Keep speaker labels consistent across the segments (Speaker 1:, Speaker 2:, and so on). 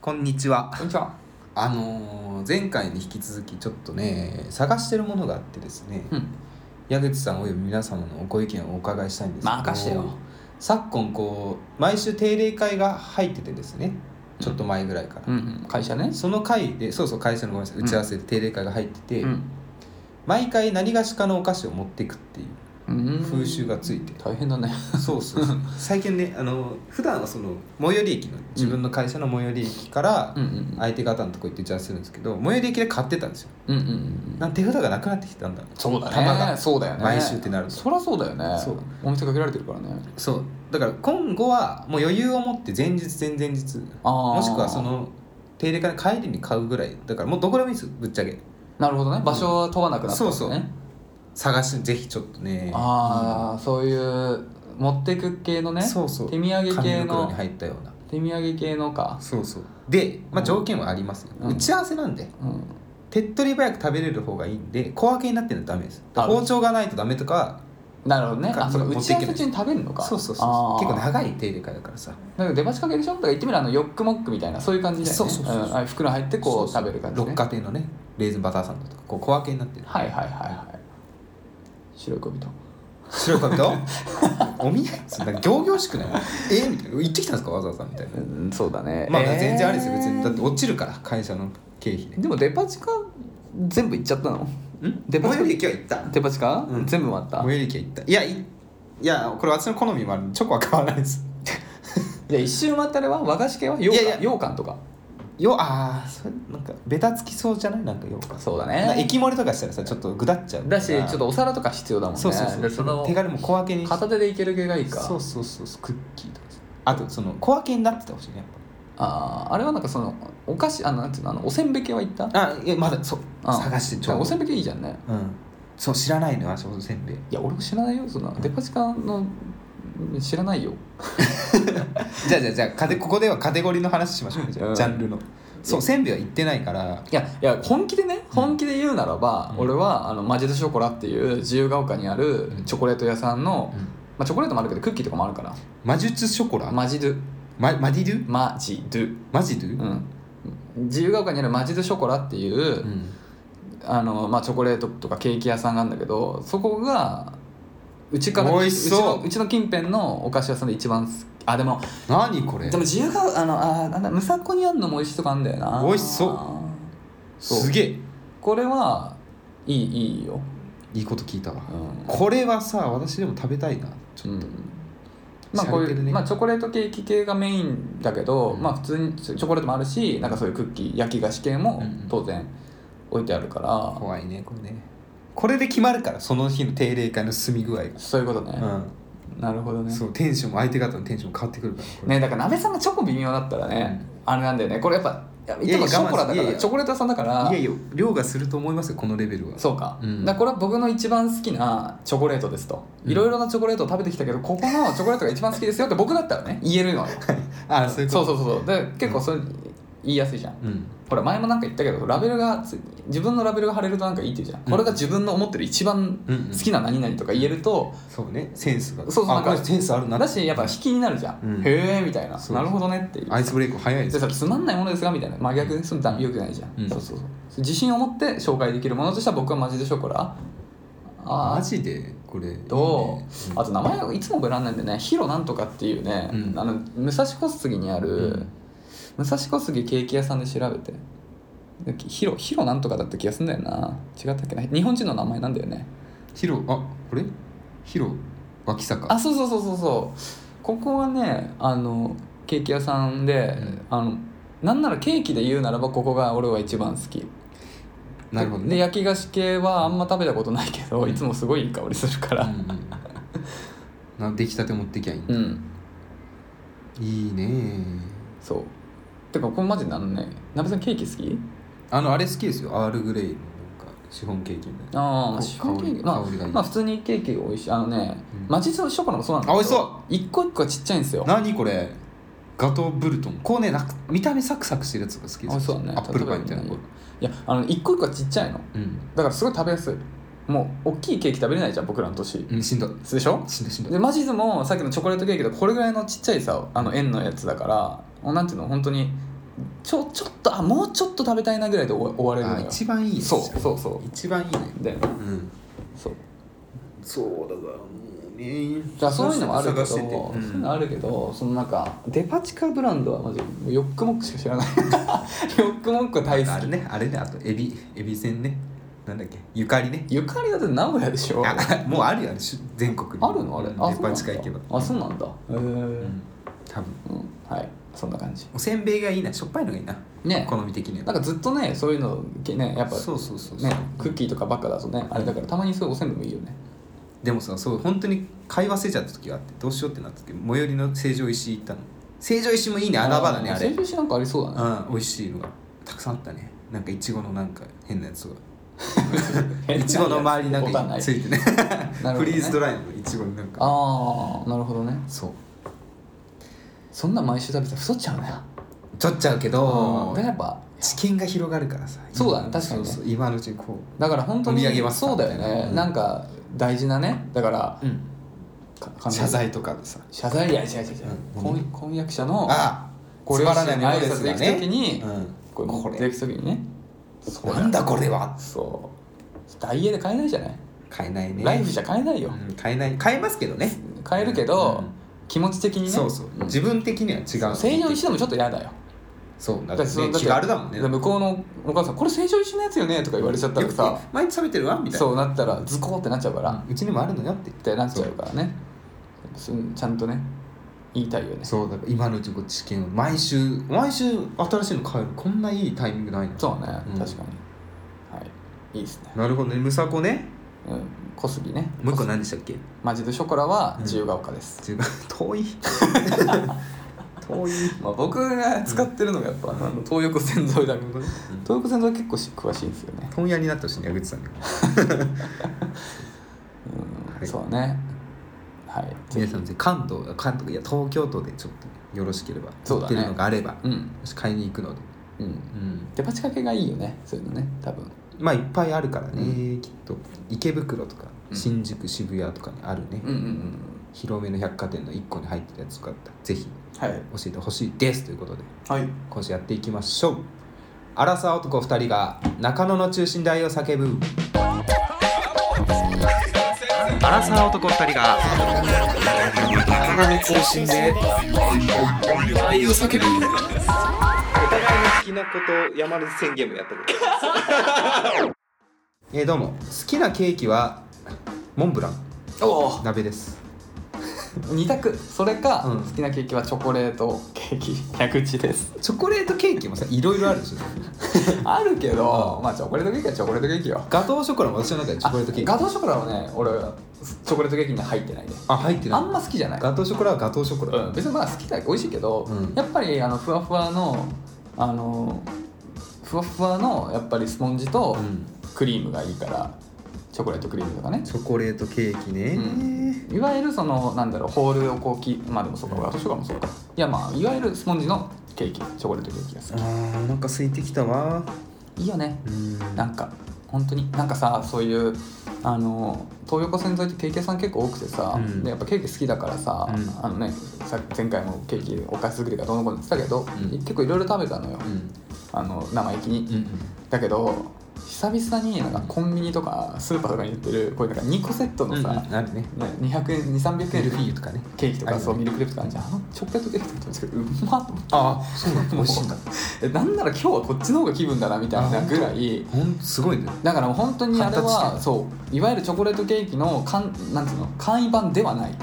Speaker 1: こんにちは
Speaker 2: こんにちは。
Speaker 1: あのー前回に引き続きちょっとね探してるものがあってですね、
Speaker 2: うん。
Speaker 1: 矢口さんおよび皆様のご意見をお伺いしたいんです
Speaker 2: 任してよ
Speaker 1: 昨今こう毎週定例会が入っててですねちょっと前ぐらいから、
Speaker 2: うん。会社ね。
Speaker 1: その会でそうそう会社のごめんなさい
Speaker 2: うん
Speaker 1: 打ち合わせで定例会が入ってて、
Speaker 2: うん。
Speaker 1: 毎回何がしかのお菓子を持っていくっていう
Speaker 2: うん
Speaker 1: 風習がついて、
Speaker 2: 大変だね。
Speaker 1: そうそうそう 最近ねあの普段はその最寄り駅の自分の会社の最寄り駅から
Speaker 2: うんうん
Speaker 1: 相手方のとこ行って打ち合わせするんですけど最寄り駅で買ってたんですよ
Speaker 2: うんうんうん。
Speaker 1: なんか手札がなくなってきたんだ
Speaker 2: そうだ
Speaker 1: 玉が
Speaker 2: ね。そうだよね。
Speaker 1: 毎週ってなると
Speaker 2: そりゃそうだよね。
Speaker 1: そう。
Speaker 2: お店かけられてるからね。
Speaker 1: そうだから今後はもう余裕を持って前日前々日
Speaker 2: ああ。
Speaker 1: もしくはそ。の定例会の帰りに買うぐらいだからもうどこでもいいですぶっちゃけ
Speaker 2: なるほどね。場所は問わなくなったんだね。
Speaker 1: そうそう探してぜひちょっとね
Speaker 2: ああ、そういう持ってく系の
Speaker 1: うん
Speaker 2: ね。
Speaker 1: そうそう
Speaker 2: 手土産系
Speaker 1: 紙袋に
Speaker 2: の。
Speaker 1: 入ったような
Speaker 2: 手土産系のか。
Speaker 1: そうそうで、まあ、条件はありますよ、
Speaker 2: うん
Speaker 1: 打ち合わせなんで
Speaker 2: うん。
Speaker 1: 手っ取り早く食べれる方がいいんで小分けになってるのはダメです
Speaker 2: あ
Speaker 1: 包丁がないとダメとか
Speaker 2: なるほどね。あ、そうか。
Speaker 1: 持
Speaker 2: 打
Speaker 1: って
Speaker 2: ち
Speaker 1: い
Speaker 2: 合
Speaker 1: け
Speaker 2: わ
Speaker 1: ない
Speaker 2: せ中に食べるのか。
Speaker 1: そうそうそう
Speaker 2: あー
Speaker 1: 結構長い定例会だからさ
Speaker 2: なんか出鉢かけでしょだから言ってみればあのヨックモックみたいなそういう感じで、ね、
Speaker 1: そうそうそうそうん
Speaker 2: ああい袋入ってこう食べる感じ、ね、
Speaker 1: 六花亭のねレーズンバターサンドとかこう小分けになってる
Speaker 2: はいはいはいはい白い恋人
Speaker 1: 白い とお見合いそんな行々しくないえみたいな行ってきたんですかわざわざみたいな
Speaker 2: うんそうだね
Speaker 1: まあ
Speaker 2: えー
Speaker 1: 全然あれですよ別にだって落ちるから会社の経費で
Speaker 2: でもデパ地下全部行っちゃったの
Speaker 1: ん
Speaker 2: デパ地下
Speaker 1: 駅は行った
Speaker 2: デパ地下、
Speaker 1: うん
Speaker 2: 全部終わった
Speaker 1: 最寄り駅は行ったいやいいやこれ私の好みもあるんでチョコは買わないです
Speaker 2: じゃあ一周回ったあれは和菓子系は羊
Speaker 1: いや
Speaker 2: 羹
Speaker 1: いや
Speaker 2: 羊羹とか
Speaker 1: よああそれなんかベタつきそうじゃないなんかようか
Speaker 2: そうだ
Speaker 1: なんか
Speaker 2: ね
Speaker 1: 駅盛りとかしたらさちょっとぐだっちゃう
Speaker 2: だしちょっ
Speaker 1: と
Speaker 2: とお皿とか必要だもんね
Speaker 1: そうそうそう
Speaker 2: でその
Speaker 1: 手軽も小分けに
Speaker 2: 片手でいける系がいいか
Speaker 1: そうそうそうそうクッキーとかさあとその小分けになっててほしいねやっ
Speaker 2: あーあれはなんかそのお菓子あのなんていうのあのおせんべい系は行った
Speaker 1: ぱあいやまだそう
Speaker 2: あ
Speaker 1: 探してち
Speaker 2: だか
Speaker 1: ょ
Speaker 2: らお
Speaker 1: うど
Speaker 2: せんべい系いいじゃんね
Speaker 1: うんそう知らないのよあそこのせんべい
Speaker 2: いや俺も知らないよそんなデパ地下の知らないよ
Speaker 1: じゃあじゃあじゃあカテここではカテゴリーの話しましょうじゃあ
Speaker 2: うん
Speaker 1: ジャンルのそうせんべいは言ってないから
Speaker 2: いやいや本気でね本気で言うならば、
Speaker 1: うん
Speaker 2: 俺はあのマジェドショコラっていう自由が丘にある
Speaker 1: うん
Speaker 2: チョコレート屋さんの、まあ、チョコレートもあるけどクッキーとかもあるから
Speaker 1: 魔術ショコラマ
Speaker 2: マジドゥ
Speaker 1: マディドゥ
Speaker 2: マジドゥ、
Speaker 1: マジドゥ
Speaker 2: うん、自由が丘にあるマジドゥショコラっていう、
Speaker 1: うん
Speaker 2: あのまあ、チョコレートとかケーキ屋さんがあるんだけどそこがうちから
Speaker 1: 美味しそう
Speaker 2: うちのうちの近辺のお菓子屋さんで一番好きあでも
Speaker 1: 何これ
Speaker 2: でも自由が丘あのあなんだむさこにあるのも美味しいとこあるんだよな
Speaker 1: 美味しそう
Speaker 2: そう
Speaker 1: すげえ
Speaker 2: これはいいいいよ、
Speaker 1: いいこと聞いたわ
Speaker 2: うん
Speaker 1: これはさ私でも食べたいなちょ
Speaker 2: う
Speaker 1: っと
Speaker 2: んまあこう
Speaker 1: 洒落
Speaker 2: い
Speaker 1: て
Speaker 2: う、
Speaker 1: るね
Speaker 2: まあ、チョコレートケーキ系がメインだけど、
Speaker 1: うん
Speaker 2: まあ普通にチョチョコレートもあるしなんかそういうクッキー焼き菓子系も
Speaker 1: うん
Speaker 2: 当然置いてあるから、
Speaker 1: 怖いねこれねこれで決まるからその日の定例会の進み具合
Speaker 2: そういうことね、
Speaker 1: が
Speaker 2: なるほど
Speaker 1: うん
Speaker 2: ね
Speaker 1: そうテンションも相手方のテンションも変わってくるからこれ
Speaker 2: ねだから鍋さんがチョコ微妙だったらね、あれなんだよねこれやっぱいやい
Speaker 1: いや
Speaker 2: つ
Speaker 1: い
Speaker 2: も
Speaker 1: や
Speaker 2: ショコラだ
Speaker 1: 我慢しい
Speaker 2: から
Speaker 1: やいや
Speaker 2: チョコレート屋さんだから
Speaker 1: いやいや量がすると思いますよこのレベルは
Speaker 2: そうか、
Speaker 1: うん
Speaker 2: だからこれは僕の一番好きなチョコレートですと
Speaker 1: うん
Speaker 2: いろいろなチョコレートを食べてきたけどここのチョコレートが一番好きですよって僕だったらね言え るのよ
Speaker 1: あそういうこ
Speaker 2: そ
Speaker 1: と
Speaker 2: うそうそうそうで結構それ言いやすいじゃん
Speaker 1: うん
Speaker 2: ほら前もなんか言ったけどラベルがつ自分のラベルが貼れるとなんかいいって言うじゃん、
Speaker 1: うん
Speaker 2: これが自分の思ってる一番
Speaker 1: うんうん
Speaker 2: 好きな何々とか言えると、
Speaker 1: そうねセンスが
Speaker 2: そうそうな
Speaker 1: あ
Speaker 2: ん
Speaker 1: こ
Speaker 2: か
Speaker 1: れセンスあるな
Speaker 2: だしやっぱ引きになるじゃん、
Speaker 1: うん
Speaker 2: へえみたいな
Speaker 1: そうそう
Speaker 2: なるほどねっていう
Speaker 1: アイスブレイク早いで
Speaker 2: ですさつまんないものですがみたいな真逆でそのよくないじゃん、
Speaker 1: うん
Speaker 2: そうそうそう自信を持って紹介できるものとしては僕はマジでショコラあ
Speaker 1: マ
Speaker 2: ー
Speaker 1: ジでこれ
Speaker 2: と
Speaker 1: いいね
Speaker 2: あと名前がいつも覚えらんないんでねヒロなんとかっていうね、
Speaker 1: うん
Speaker 2: あの武蔵小杉にある、
Speaker 1: うん
Speaker 2: 武蔵小杉ケーキ屋さんで調べてでヒロヒロなんとかだった気がするんだよな違ったっけな日本人の名前なんだよね
Speaker 1: ヒロあこれヒロ脇坂
Speaker 2: あそうそうそうそうそうここはねあのケーキ屋さんで、
Speaker 1: うん
Speaker 2: あのなんならケーキで言うならばここが俺は一番好き
Speaker 1: なるほど
Speaker 2: で
Speaker 1: ね
Speaker 2: 焼き菓子系はあんま食べたことないけど、
Speaker 1: うん
Speaker 2: いつもすごいいい香りするか
Speaker 1: う
Speaker 2: ら
Speaker 1: んうんな出来たて持ってきゃいいん
Speaker 2: う
Speaker 1: だ
Speaker 2: ん、
Speaker 1: いいね
Speaker 2: そうてかこれマジであのねなべさんケーキ好き
Speaker 1: あのあれ好きですよアールグレイのなんかシフォンケーキみたいな
Speaker 2: あ
Speaker 1: こ
Speaker 2: あ
Speaker 1: う
Speaker 2: シフォンケーキ
Speaker 1: 香り
Speaker 2: ま
Speaker 1: 香りが
Speaker 2: あ
Speaker 1: いい
Speaker 2: まあ普通にケーキ美味しいあのね、
Speaker 1: うん
Speaker 2: マチチョショコラもそうなんだ
Speaker 1: あ
Speaker 2: け
Speaker 1: 美
Speaker 2: ど
Speaker 1: 味しそ
Speaker 2: 一個一個はちっちゃいんですよ
Speaker 1: 何これガトーブルトンこうねなんか見た目サクサクしてるやつが好き
Speaker 2: 美
Speaker 1: です
Speaker 2: 味しそうだね
Speaker 1: アップルパイみたいな
Speaker 2: 食べたことないいやあの一個一個はちっちゃいの
Speaker 1: うん
Speaker 2: だからすごい食べやすいもう大きいケーキ食べれないじゃん僕らの年
Speaker 1: うんしんどい
Speaker 2: でしょ
Speaker 1: しんどいしんど
Speaker 2: で
Speaker 1: い
Speaker 2: マジでもさっきのチョコレートケーキとこれぐらいのちっちゃいさあの円のやつだからおなんていうの本当にちょちょっとあもうちょっと食べたいなぐらいで終わ終われる
Speaker 1: あ
Speaker 2: のよ
Speaker 1: 一番いいです
Speaker 2: そ
Speaker 1: よ
Speaker 2: うそうそ
Speaker 1: 一番いいね
Speaker 2: うだよ
Speaker 1: う
Speaker 2: ね
Speaker 1: ん
Speaker 2: そう
Speaker 1: そうだからもうね
Speaker 2: だからそういうのもあるけ
Speaker 1: 探
Speaker 2: ど、
Speaker 1: してて
Speaker 2: そう
Speaker 1: う
Speaker 2: いうんのあるけどそのなんかデパ地下ブランドはマジもうヨックモックしか知らない ヨックモックは大
Speaker 1: あ
Speaker 2: 好
Speaker 1: れ
Speaker 2: き
Speaker 1: ねあれねあとエビエビせんねなんだっけゆかりね
Speaker 2: ゆかりだって名古屋でしょあ
Speaker 1: あもうあるよねし全国に
Speaker 2: るのあれ
Speaker 1: デ
Speaker 2: あ
Speaker 1: パ地下行けば
Speaker 2: そうなんだあそうなんだへ
Speaker 1: う
Speaker 2: え
Speaker 1: ん多分
Speaker 2: うんはいそんな感じ
Speaker 1: おせんべいがいいなしょっぱいのがいいな
Speaker 2: ね
Speaker 1: 好み的に
Speaker 2: なんかずっとねそういうのねやっぱ
Speaker 1: そうそうそうそう
Speaker 2: ねクッキーとかばっかだとねあれだからたまにそういうおせんべいもいいよね
Speaker 1: でもさそう本当に買い忘れちゃった時があってどうしようってなった時最寄りの成城石井行ったの成城石井もいいね穴場だねあれ
Speaker 2: 成城石井なんかありそうだね
Speaker 1: うん美味しいのがたくさんあったねなんかいちごのなんか変なやつ がいちごの周りになん
Speaker 2: ボタン な
Speaker 1: か
Speaker 2: い
Speaker 1: ついてね
Speaker 2: なる
Speaker 1: フ
Speaker 2: ほどね
Speaker 1: リーズドライのいちごになんか
Speaker 2: ああなるほどね
Speaker 1: そう
Speaker 2: そんな毎週食べたら太っちゃうな
Speaker 1: 取っちゃうけ
Speaker 2: うん
Speaker 1: ど
Speaker 2: だからやっぱ
Speaker 1: 知見が広がるからさ
Speaker 2: そうだね確かにね
Speaker 1: そうそう今のうちにこ
Speaker 2: だから本当に
Speaker 1: 盛り上げますか
Speaker 2: そうだよね、
Speaker 1: うん
Speaker 2: なんか大事なねだから
Speaker 1: う、
Speaker 2: か
Speaker 1: う
Speaker 2: か
Speaker 1: ん謝罪とかでさ
Speaker 2: 謝罪いや違う違う違う、
Speaker 1: うん
Speaker 2: 婚婚約者の
Speaker 1: ああ
Speaker 2: ご
Speaker 1: つ
Speaker 2: 両
Speaker 1: ま
Speaker 2: 親
Speaker 1: ら
Speaker 2: に
Speaker 1: ないもの
Speaker 2: 挨
Speaker 1: で
Speaker 2: 拶
Speaker 1: す
Speaker 2: で
Speaker 1: が
Speaker 2: き
Speaker 1: ね
Speaker 2: た時に、
Speaker 1: うん
Speaker 2: こ
Speaker 1: こ
Speaker 2: れ
Speaker 1: れ
Speaker 2: できた時にねそう
Speaker 1: なんだこれは
Speaker 2: そうダイエーで買えないじゃない、
Speaker 1: 買えないね
Speaker 2: ライフじゃ買えないよ、
Speaker 1: うん買えない買えますけどね
Speaker 2: 買えるけど、
Speaker 1: うん
Speaker 2: 気持ち的にね
Speaker 1: そうそう、
Speaker 2: ん
Speaker 1: 自分的には違う
Speaker 2: 成城石井でもちょっと嫌だよ
Speaker 1: そうだ
Speaker 2: だ
Speaker 1: っ
Speaker 2: って
Speaker 1: て
Speaker 2: そ
Speaker 1: ね
Speaker 2: のだって
Speaker 1: 気軽だもんね
Speaker 2: で向こうのお母さん「これ成城石井のやつよね」とか言われちゃった
Speaker 1: よ
Speaker 2: ら
Speaker 1: く
Speaker 2: さ
Speaker 1: さ毎日食べてるわみたいな
Speaker 2: そうなったらズコーってなっちゃうから、
Speaker 1: うちにもあるのよって
Speaker 2: ってなっちゃうからねすちゃんとね言いたいよね
Speaker 1: そうだから今のうちこう知見を毎週毎週新しいの買えるこんないいタイミングないの
Speaker 2: そうね、
Speaker 1: うん
Speaker 2: 確かにはいいいですね
Speaker 1: なるほどねむさこね
Speaker 2: うん小杉ね
Speaker 1: もう一個
Speaker 2: 小杉
Speaker 1: 何でしたっけ
Speaker 2: マジドショコラは
Speaker 1: うん
Speaker 2: 自由が丘です、
Speaker 1: 自分遠い遠い
Speaker 2: まあ、僕が使ってるのがやっぱ、あの東横線沿い
Speaker 1: う
Speaker 2: だけど
Speaker 1: ん
Speaker 2: 東横線沿い結構し詳しいんですよね、
Speaker 1: 問屋になってほしいね矢口さんに
Speaker 2: うん
Speaker 1: はい
Speaker 2: そうねはい
Speaker 1: 皆さんぜひ関東関東いや東京都でちょっとよろしければ
Speaker 2: そう
Speaker 1: 売
Speaker 2: だ
Speaker 1: っ
Speaker 2: ね
Speaker 1: てるのがあれば、
Speaker 2: うん
Speaker 1: もし買いに行くので、
Speaker 2: うん
Speaker 1: うん、
Speaker 2: デパ地下系がいいよねそういうのね多分
Speaker 1: まあいっぱいあるからね、
Speaker 2: う
Speaker 1: きっと池袋とか
Speaker 2: うん
Speaker 1: 新宿渋谷とかにあるね、
Speaker 2: うんうんうん
Speaker 1: 広めの百貨店の1個に入ってるやつとかあったらぜひ
Speaker 2: はい
Speaker 1: 教えてほしいですということで
Speaker 2: はい
Speaker 1: 今週やっていきましょうアラサー男2人が中野の中心街を叫ぶアラサー男2人が中野の中心で街を叫ぶお互いの好きなことを山根宣言もやったこと えーどうも好きなケーキはモンブラン
Speaker 2: おお
Speaker 1: 鍋です
Speaker 2: 二択それか、
Speaker 1: うん
Speaker 2: 好きなケーキはチョコレートケーキ 矢口です
Speaker 1: チョコレートケーキもさいろいろあるでしょ
Speaker 2: あるけど、
Speaker 1: うん
Speaker 2: まあチョコレートケーキはチョコレートケーキよ
Speaker 1: ガトーショコラも私の中でチョコレートケーキ
Speaker 2: ガトーショコラはね俺チョコレートケーキに入ってないで
Speaker 1: あ入ってない
Speaker 2: あんま好きじゃない、
Speaker 1: ガトーショコラはガトーショコラ、
Speaker 2: うん、別にまあ好きだ美味しいけど、
Speaker 1: うん
Speaker 2: やっぱりあのふわふわのあのふわふわのやっぱりスポンジと
Speaker 1: うん
Speaker 2: クリームがいいからチョコレートクリームとかね
Speaker 1: チョコレートケーキね、
Speaker 2: うんいわゆるそのなんだろうホールをこうきまあでもそうかガトーショコラもそうかいやまあいわゆるスポンジのケーキチョコレートケーキが好き
Speaker 1: あーなんか空いてきたわ
Speaker 2: いいよね
Speaker 1: うん
Speaker 2: なんか本当になんかさそういうあの東横線沿いってケーキ屋さん結構多くてさ、
Speaker 1: うん
Speaker 2: でやっぱケーキ好きだからさ、
Speaker 1: うん
Speaker 2: あのねさ前回もケーキお菓子作りがどうのこうの言ってたけど、
Speaker 1: うん
Speaker 2: 結構いろいろ食べたのよ、
Speaker 1: うん
Speaker 2: あの生意気に、
Speaker 1: うん
Speaker 2: だけど久々になんかコンビニとかスーパーとかに売ってるこういうなんか2個セットの
Speaker 1: うん
Speaker 2: さ、
Speaker 1: あるね
Speaker 2: ね200円2300
Speaker 1: ミ
Speaker 2: 円
Speaker 1: ルフィーユとかね
Speaker 2: ケーキと
Speaker 1: あ
Speaker 2: か
Speaker 1: るよね
Speaker 2: そうミルクレープとかあるじゃんあのチョコレートケーキとか食べてるんですけどうまっと思って
Speaker 1: ああそうなんだ
Speaker 2: もう
Speaker 1: 美味しいんだ
Speaker 2: えなんなら今日はこっちの方が気分だなみたいなぐらい
Speaker 1: ほんとすごいね
Speaker 2: だからもう本当にあれ
Speaker 1: 発達し
Speaker 2: は
Speaker 1: て
Speaker 2: そういわゆるチョコレートケーキのかんなんつうの簡易版ではない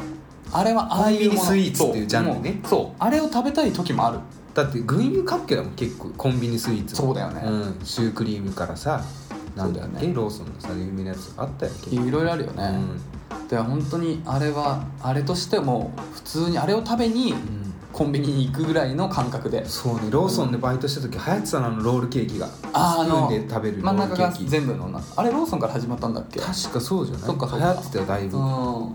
Speaker 2: あれはああい
Speaker 1: コンビ
Speaker 2: うも
Speaker 1: ニ
Speaker 2: の
Speaker 1: スイーツっていうジャンルね
Speaker 2: そうもうそうあれを食べたい時もある
Speaker 1: だって群雄割拠だもん結構コンビニスイーツ
Speaker 2: そうだよね、
Speaker 1: うん、シュークリームからさなんだっ
Speaker 2: そうだ
Speaker 1: け、
Speaker 2: よね
Speaker 1: ローソンのさ有名なやつあったよ結構
Speaker 2: いろいろあるよね、で本当にあれはあれとしても普通にあれを食べに
Speaker 1: うん
Speaker 2: コンビニに行くぐらいの感覚で
Speaker 1: そうねローソンでバイトした時流行ってたのあのロールケーキが
Speaker 2: あーあ
Speaker 1: スプー
Speaker 2: の
Speaker 1: ンで食べるロ
Speaker 2: 真ん
Speaker 1: ール
Speaker 2: 中
Speaker 1: ケ
Speaker 2: が
Speaker 1: ーキ
Speaker 2: 全部のなあれローソンから始まったんだっけ
Speaker 1: 確かそうじゃない
Speaker 2: そっかそっ
Speaker 1: 流
Speaker 2: か
Speaker 1: 行ってたよだいぶ
Speaker 2: うん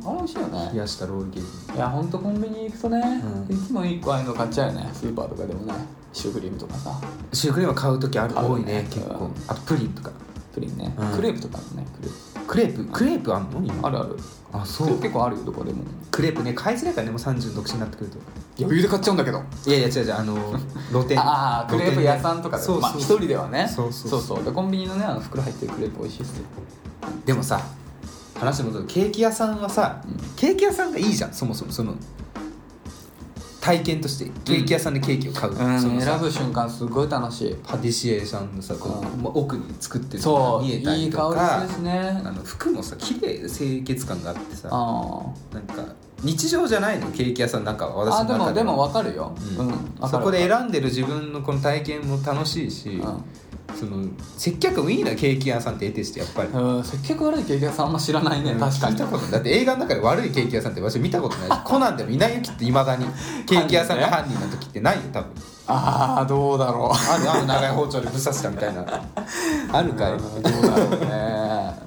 Speaker 2: あれ美味しいよね
Speaker 1: 冷やしたロールケーキ
Speaker 2: いやほんとコンビニ行くとね、
Speaker 1: うん
Speaker 2: いつも1個ああいうの買っちゃうよねスーパーとかでもねシュークリームとかさ
Speaker 1: シュークリーム買う時ある
Speaker 2: 買うね
Speaker 1: 多いね結
Speaker 2: う
Speaker 1: 構
Speaker 2: ん
Speaker 1: あとプリンとか
Speaker 2: プリンね、
Speaker 1: うん
Speaker 2: クレープとかもねクレー
Speaker 1: クレ
Speaker 2: プ
Speaker 1: ープクレープあんの今
Speaker 2: あるある
Speaker 1: あそ
Speaker 2: そうれ結構あるよどこでも
Speaker 1: クレープね買いづらいからねもう30独身になってくると
Speaker 2: 余裕で買っちゃうんだけど
Speaker 1: いやいや違う違うあ の露店
Speaker 2: ああクレープ屋さんとかで
Speaker 1: そうそう
Speaker 2: まあ一人ではね
Speaker 1: そうそうそう
Speaker 2: でコンビニのねあの袋入ってるクレープ美味しいっすよ
Speaker 1: でもさ話戻るけどケーキ屋さんはさ、
Speaker 2: うん
Speaker 1: ケーキ屋さんがいいじゃんそもそもその体験としてケーキ屋さんでケーキを買う、
Speaker 2: うん
Speaker 1: そのさ
Speaker 2: 選ぶ瞬間すごい楽しい
Speaker 1: パティシエさんのさこう
Speaker 2: う
Speaker 1: んま奥に作ってるの
Speaker 2: そ
Speaker 1: が
Speaker 2: う
Speaker 1: 見え
Speaker 2: い
Speaker 1: たり
Speaker 2: い
Speaker 1: と
Speaker 2: 香
Speaker 1: か
Speaker 2: りするしね
Speaker 1: あの服もさ綺麗清潔感があってさ
Speaker 2: あ
Speaker 1: なんか日常じゃないのケーキ屋さんなんかは
Speaker 2: あ
Speaker 1: 私
Speaker 2: あで
Speaker 1: の中
Speaker 2: もでも
Speaker 1: は
Speaker 2: 分かるよ、
Speaker 1: う
Speaker 2: うんんわか
Speaker 1: そ
Speaker 2: る
Speaker 1: こで選んでる自分のこの体験も楽しいし、その接客もいいなケーキ屋さんって得てしてやっぱり、
Speaker 2: うん、うん、接客悪い経験さんあんま知らないね、
Speaker 1: うん
Speaker 2: 確か
Speaker 1: 聞い
Speaker 2: に
Speaker 1: たことないだって映画の中で悪いケーキ屋さんって私見たことないしコナンでもいないよきっといま だにケーキ屋さんが犯人の時ってないよ多分
Speaker 2: ああどうだろう
Speaker 1: あるある長い包丁でぶっ刺したみたいなあるかい、
Speaker 2: うんどうだ ろうね、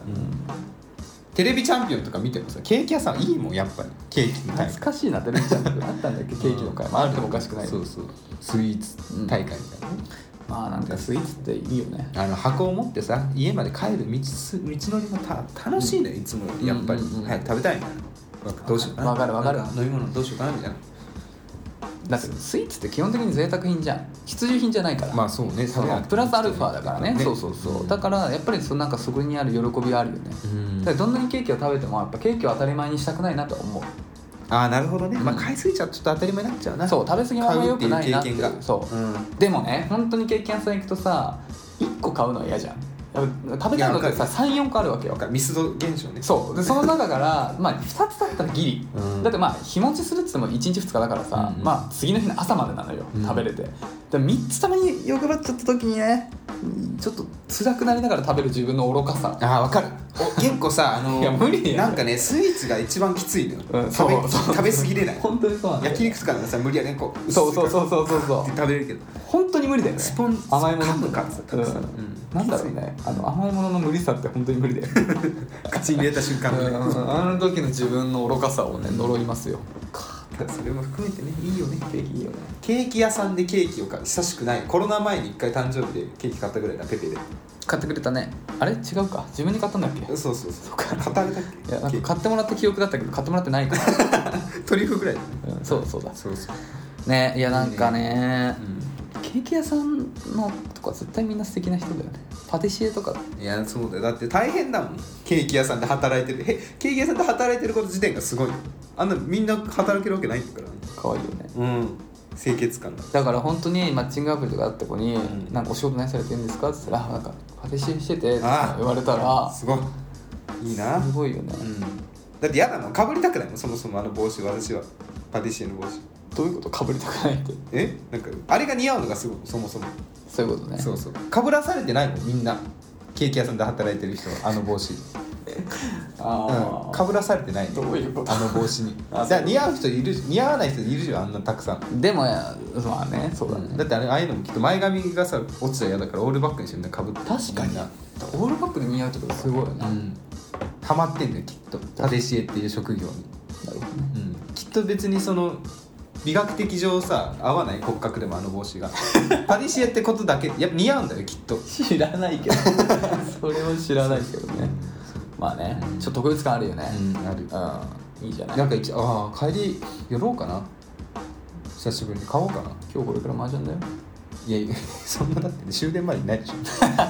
Speaker 1: テレビチャンピオンとか見てもさケーキ屋さんいいもんやっぱりケーキみたいな
Speaker 2: 懐かしいなテレビチャンネルあったんだっけケーキの会もあってもおかしくない
Speaker 1: そうそうスイーツ大会みたいなね、
Speaker 2: まあなんかスイーツっていいよね
Speaker 1: あの箱を持ってさ家まで帰る道す道のりもた楽しいのよいつもよりやっぱり、
Speaker 2: うんうんうん
Speaker 1: 早く食べたいみたいなどうしようかな
Speaker 2: わかるわかる
Speaker 1: なん飲み物どうしようかなみたいな
Speaker 2: だってスイーツって基本的に贅沢品じゃん必需品じゃないから
Speaker 1: まあそうね
Speaker 2: そのプラスアルファだからねそうそうそう、だからやっぱりそのなんかそこにある喜びはあるよね、
Speaker 1: うん
Speaker 2: だからどんなにケーキを食べてもやっぱケーキを当たり前にしたくないなとは思う
Speaker 1: ああなるほどね、まあ買いすぎちゃうとちょっと当たり前になっちゃうな
Speaker 2: そう食べ過ぎもあんま良くないなっ
Speaker 1: 買ってい
Speaker 2: ていう
Speaker 1: う経験が
Speaker 2: そう、
Speaker 1: うん
Speaker 2: でもね本当にケーキ屋さん行くとさ1個買うのは嫌じゃん食べたいのってさ
Speaker 1: いやわ
Speaker 2: 34個あるわけよ
Speaker 1: なんかミスド現象ね
Speaker 2: そうでその中から まあ2つだったらギリ、
Speaker 1: うん
Speaker 2: だってまあ日持ちするっつっても1日2日だからさ、
Speaker 1: うんうん
Speaker 2: まあ次の日の朝までなのよ、
Speaker 1: うん
Speaker 2: 食べれてで3つたまに欲張っちゃった時にねちょっと辛くなりながら食べる自分の愚かさ
Speaker 1: ああわか るお結構さあの
Speaker 2: いや無理や
Speaker 1: なんかねスイーツが一番きついのよ、
Speaker 2: うん
Speaker 1: 食べ
Speaker 2: そうそう
Speaker 1: 食べ過ぎれない
Speaker 2: 本当にそうなんだよ
Speaker 1: 焼肉とかなんかさ無理やねこう
Speaker 2: そうそうそうそうそう
Speaker 1: っ
Speaker 2: そ
Speaker 1: て
Speaker 2: う
Speaker 1: 食べれるけど
Speaker 2: 本当に無理だよね
Speaker 1: スポン
Speaker 2: 甘いもの
Speaker 1: 噛むからさ
Speaker 2: うん
Speaker 1: たくさんうん
Speaker 2: なんだろうねあの甘いものの無理さって本当に無理だ よね
Speaker 1: 口に入れた瞬間
Speaker 2: う
Speaker 1: もね
Speaker 2: んあの時の自分の愚かさをね呪いますよ
Speaker 1: それも含めてねいいよね
Speaker 2: ケーキいいよね
Speaker 1: ケーキ屋さんでケーキを買う久しくないコロナ前に一回誕生日でケーキ買ったぐらいだペペで
Speaker 2: 買ってくれたねあれ違うか自分に買ったんだっけ
Speaker 1: そうそうそう買ったあれだっけ
Speaker 2: いやなん
Speaker 1: ケ
Speaker 2: か
Speaker 1: ーキ
Speaker 2: 買ってもらった記憶だったけど買ってもらってないから
Speaker 1: トリュフぐらいだね
Speaker 2: うんそうそうだ
Speaker 1: そうそう
Speaker 2: ねいやなんかね
Speaker 1: う
Speaker 2: ケーキ屋さんのとか絶対みんな素敵な人だよねパティシエとか
Speaker 1: んいやそうだよだって大変だもんケーキ屋さんで働いてるへケーキ屋さんで働いてること時点がすごいよあんなみんな働けるわけないんだから
Speaker 2: 可愛いよね
Speaker 1: うん清潔感だ
Speaker 2: だから本当にマッチングアプリとかあった子に
Speaker 1: ん
Speaker 2: 「なんかお仕事何されてるんですか?」って言ったらあ「なんかパティシエしてて」って言
Speaker 1: ああ
Speaker 2: われたらす
Speaker 1: すごいいいな
Speaker 2: ごいよね
Speaker 1: うんだって嫌なのかぶりたくないもんそもそもあの帽子私はパティシエの帽子
Speaker 2: どういうことかぶりたくないって
Speaker 1: えなんかあれが似合うのがすごいそもそも
Speaker 2: そういうことね
Speaker 1: そうそうかぶらされてないもんみんなケーキ屋さんで働いてる人はあの帽子、
Speaker 2: あ
Speaker 1: うん、
Speaker 2: あ
Speaker 1: かぶらされてない
Speaker 2: どういうこと
Speaker 1: あの帽子に
Speaker 2: あ
Speaker 1: だから似合う人いる似合わない人いるじゃんあんなたくさん
Speaker 2: でもまあねそうだね
Speaker 1: だってあれああいうのもきっと前髪がさ落ちたら嫌だからオールバックにしてみんなかぶって
Speaker 2: 確かに
Speaker 1: みん
Speaker 2: オ
Speaker 1: な
Speaker 2: ールバックで似合うってことすごいよね
Speaker 1: う
Speaker 2: なる
Speaker 1: んハマってんだよきっとパティシエっていう職業に、
Speaker 2: ほどね
Speaker 1: うん、きっと別にその美学的上さ合わない骨格でもあの帽 子がパティシエってことだけやっぱ似合うんだよきっと
Speaker 2: 知らない けどそれは知らないけどねまあねちょっと特別感あるよね
Speaker 1: うんある
Speaker 2: うんいいじゃない
Speaker 1: な
Speaker 2: 今
Speaker 1: んか一ああ帰り寄ろうかな久しぶりに買おうかな
Speaker 2: 日これから麻雀だよ
Speaker 1: いやいや そんなだって、ね、終電までいないで しょ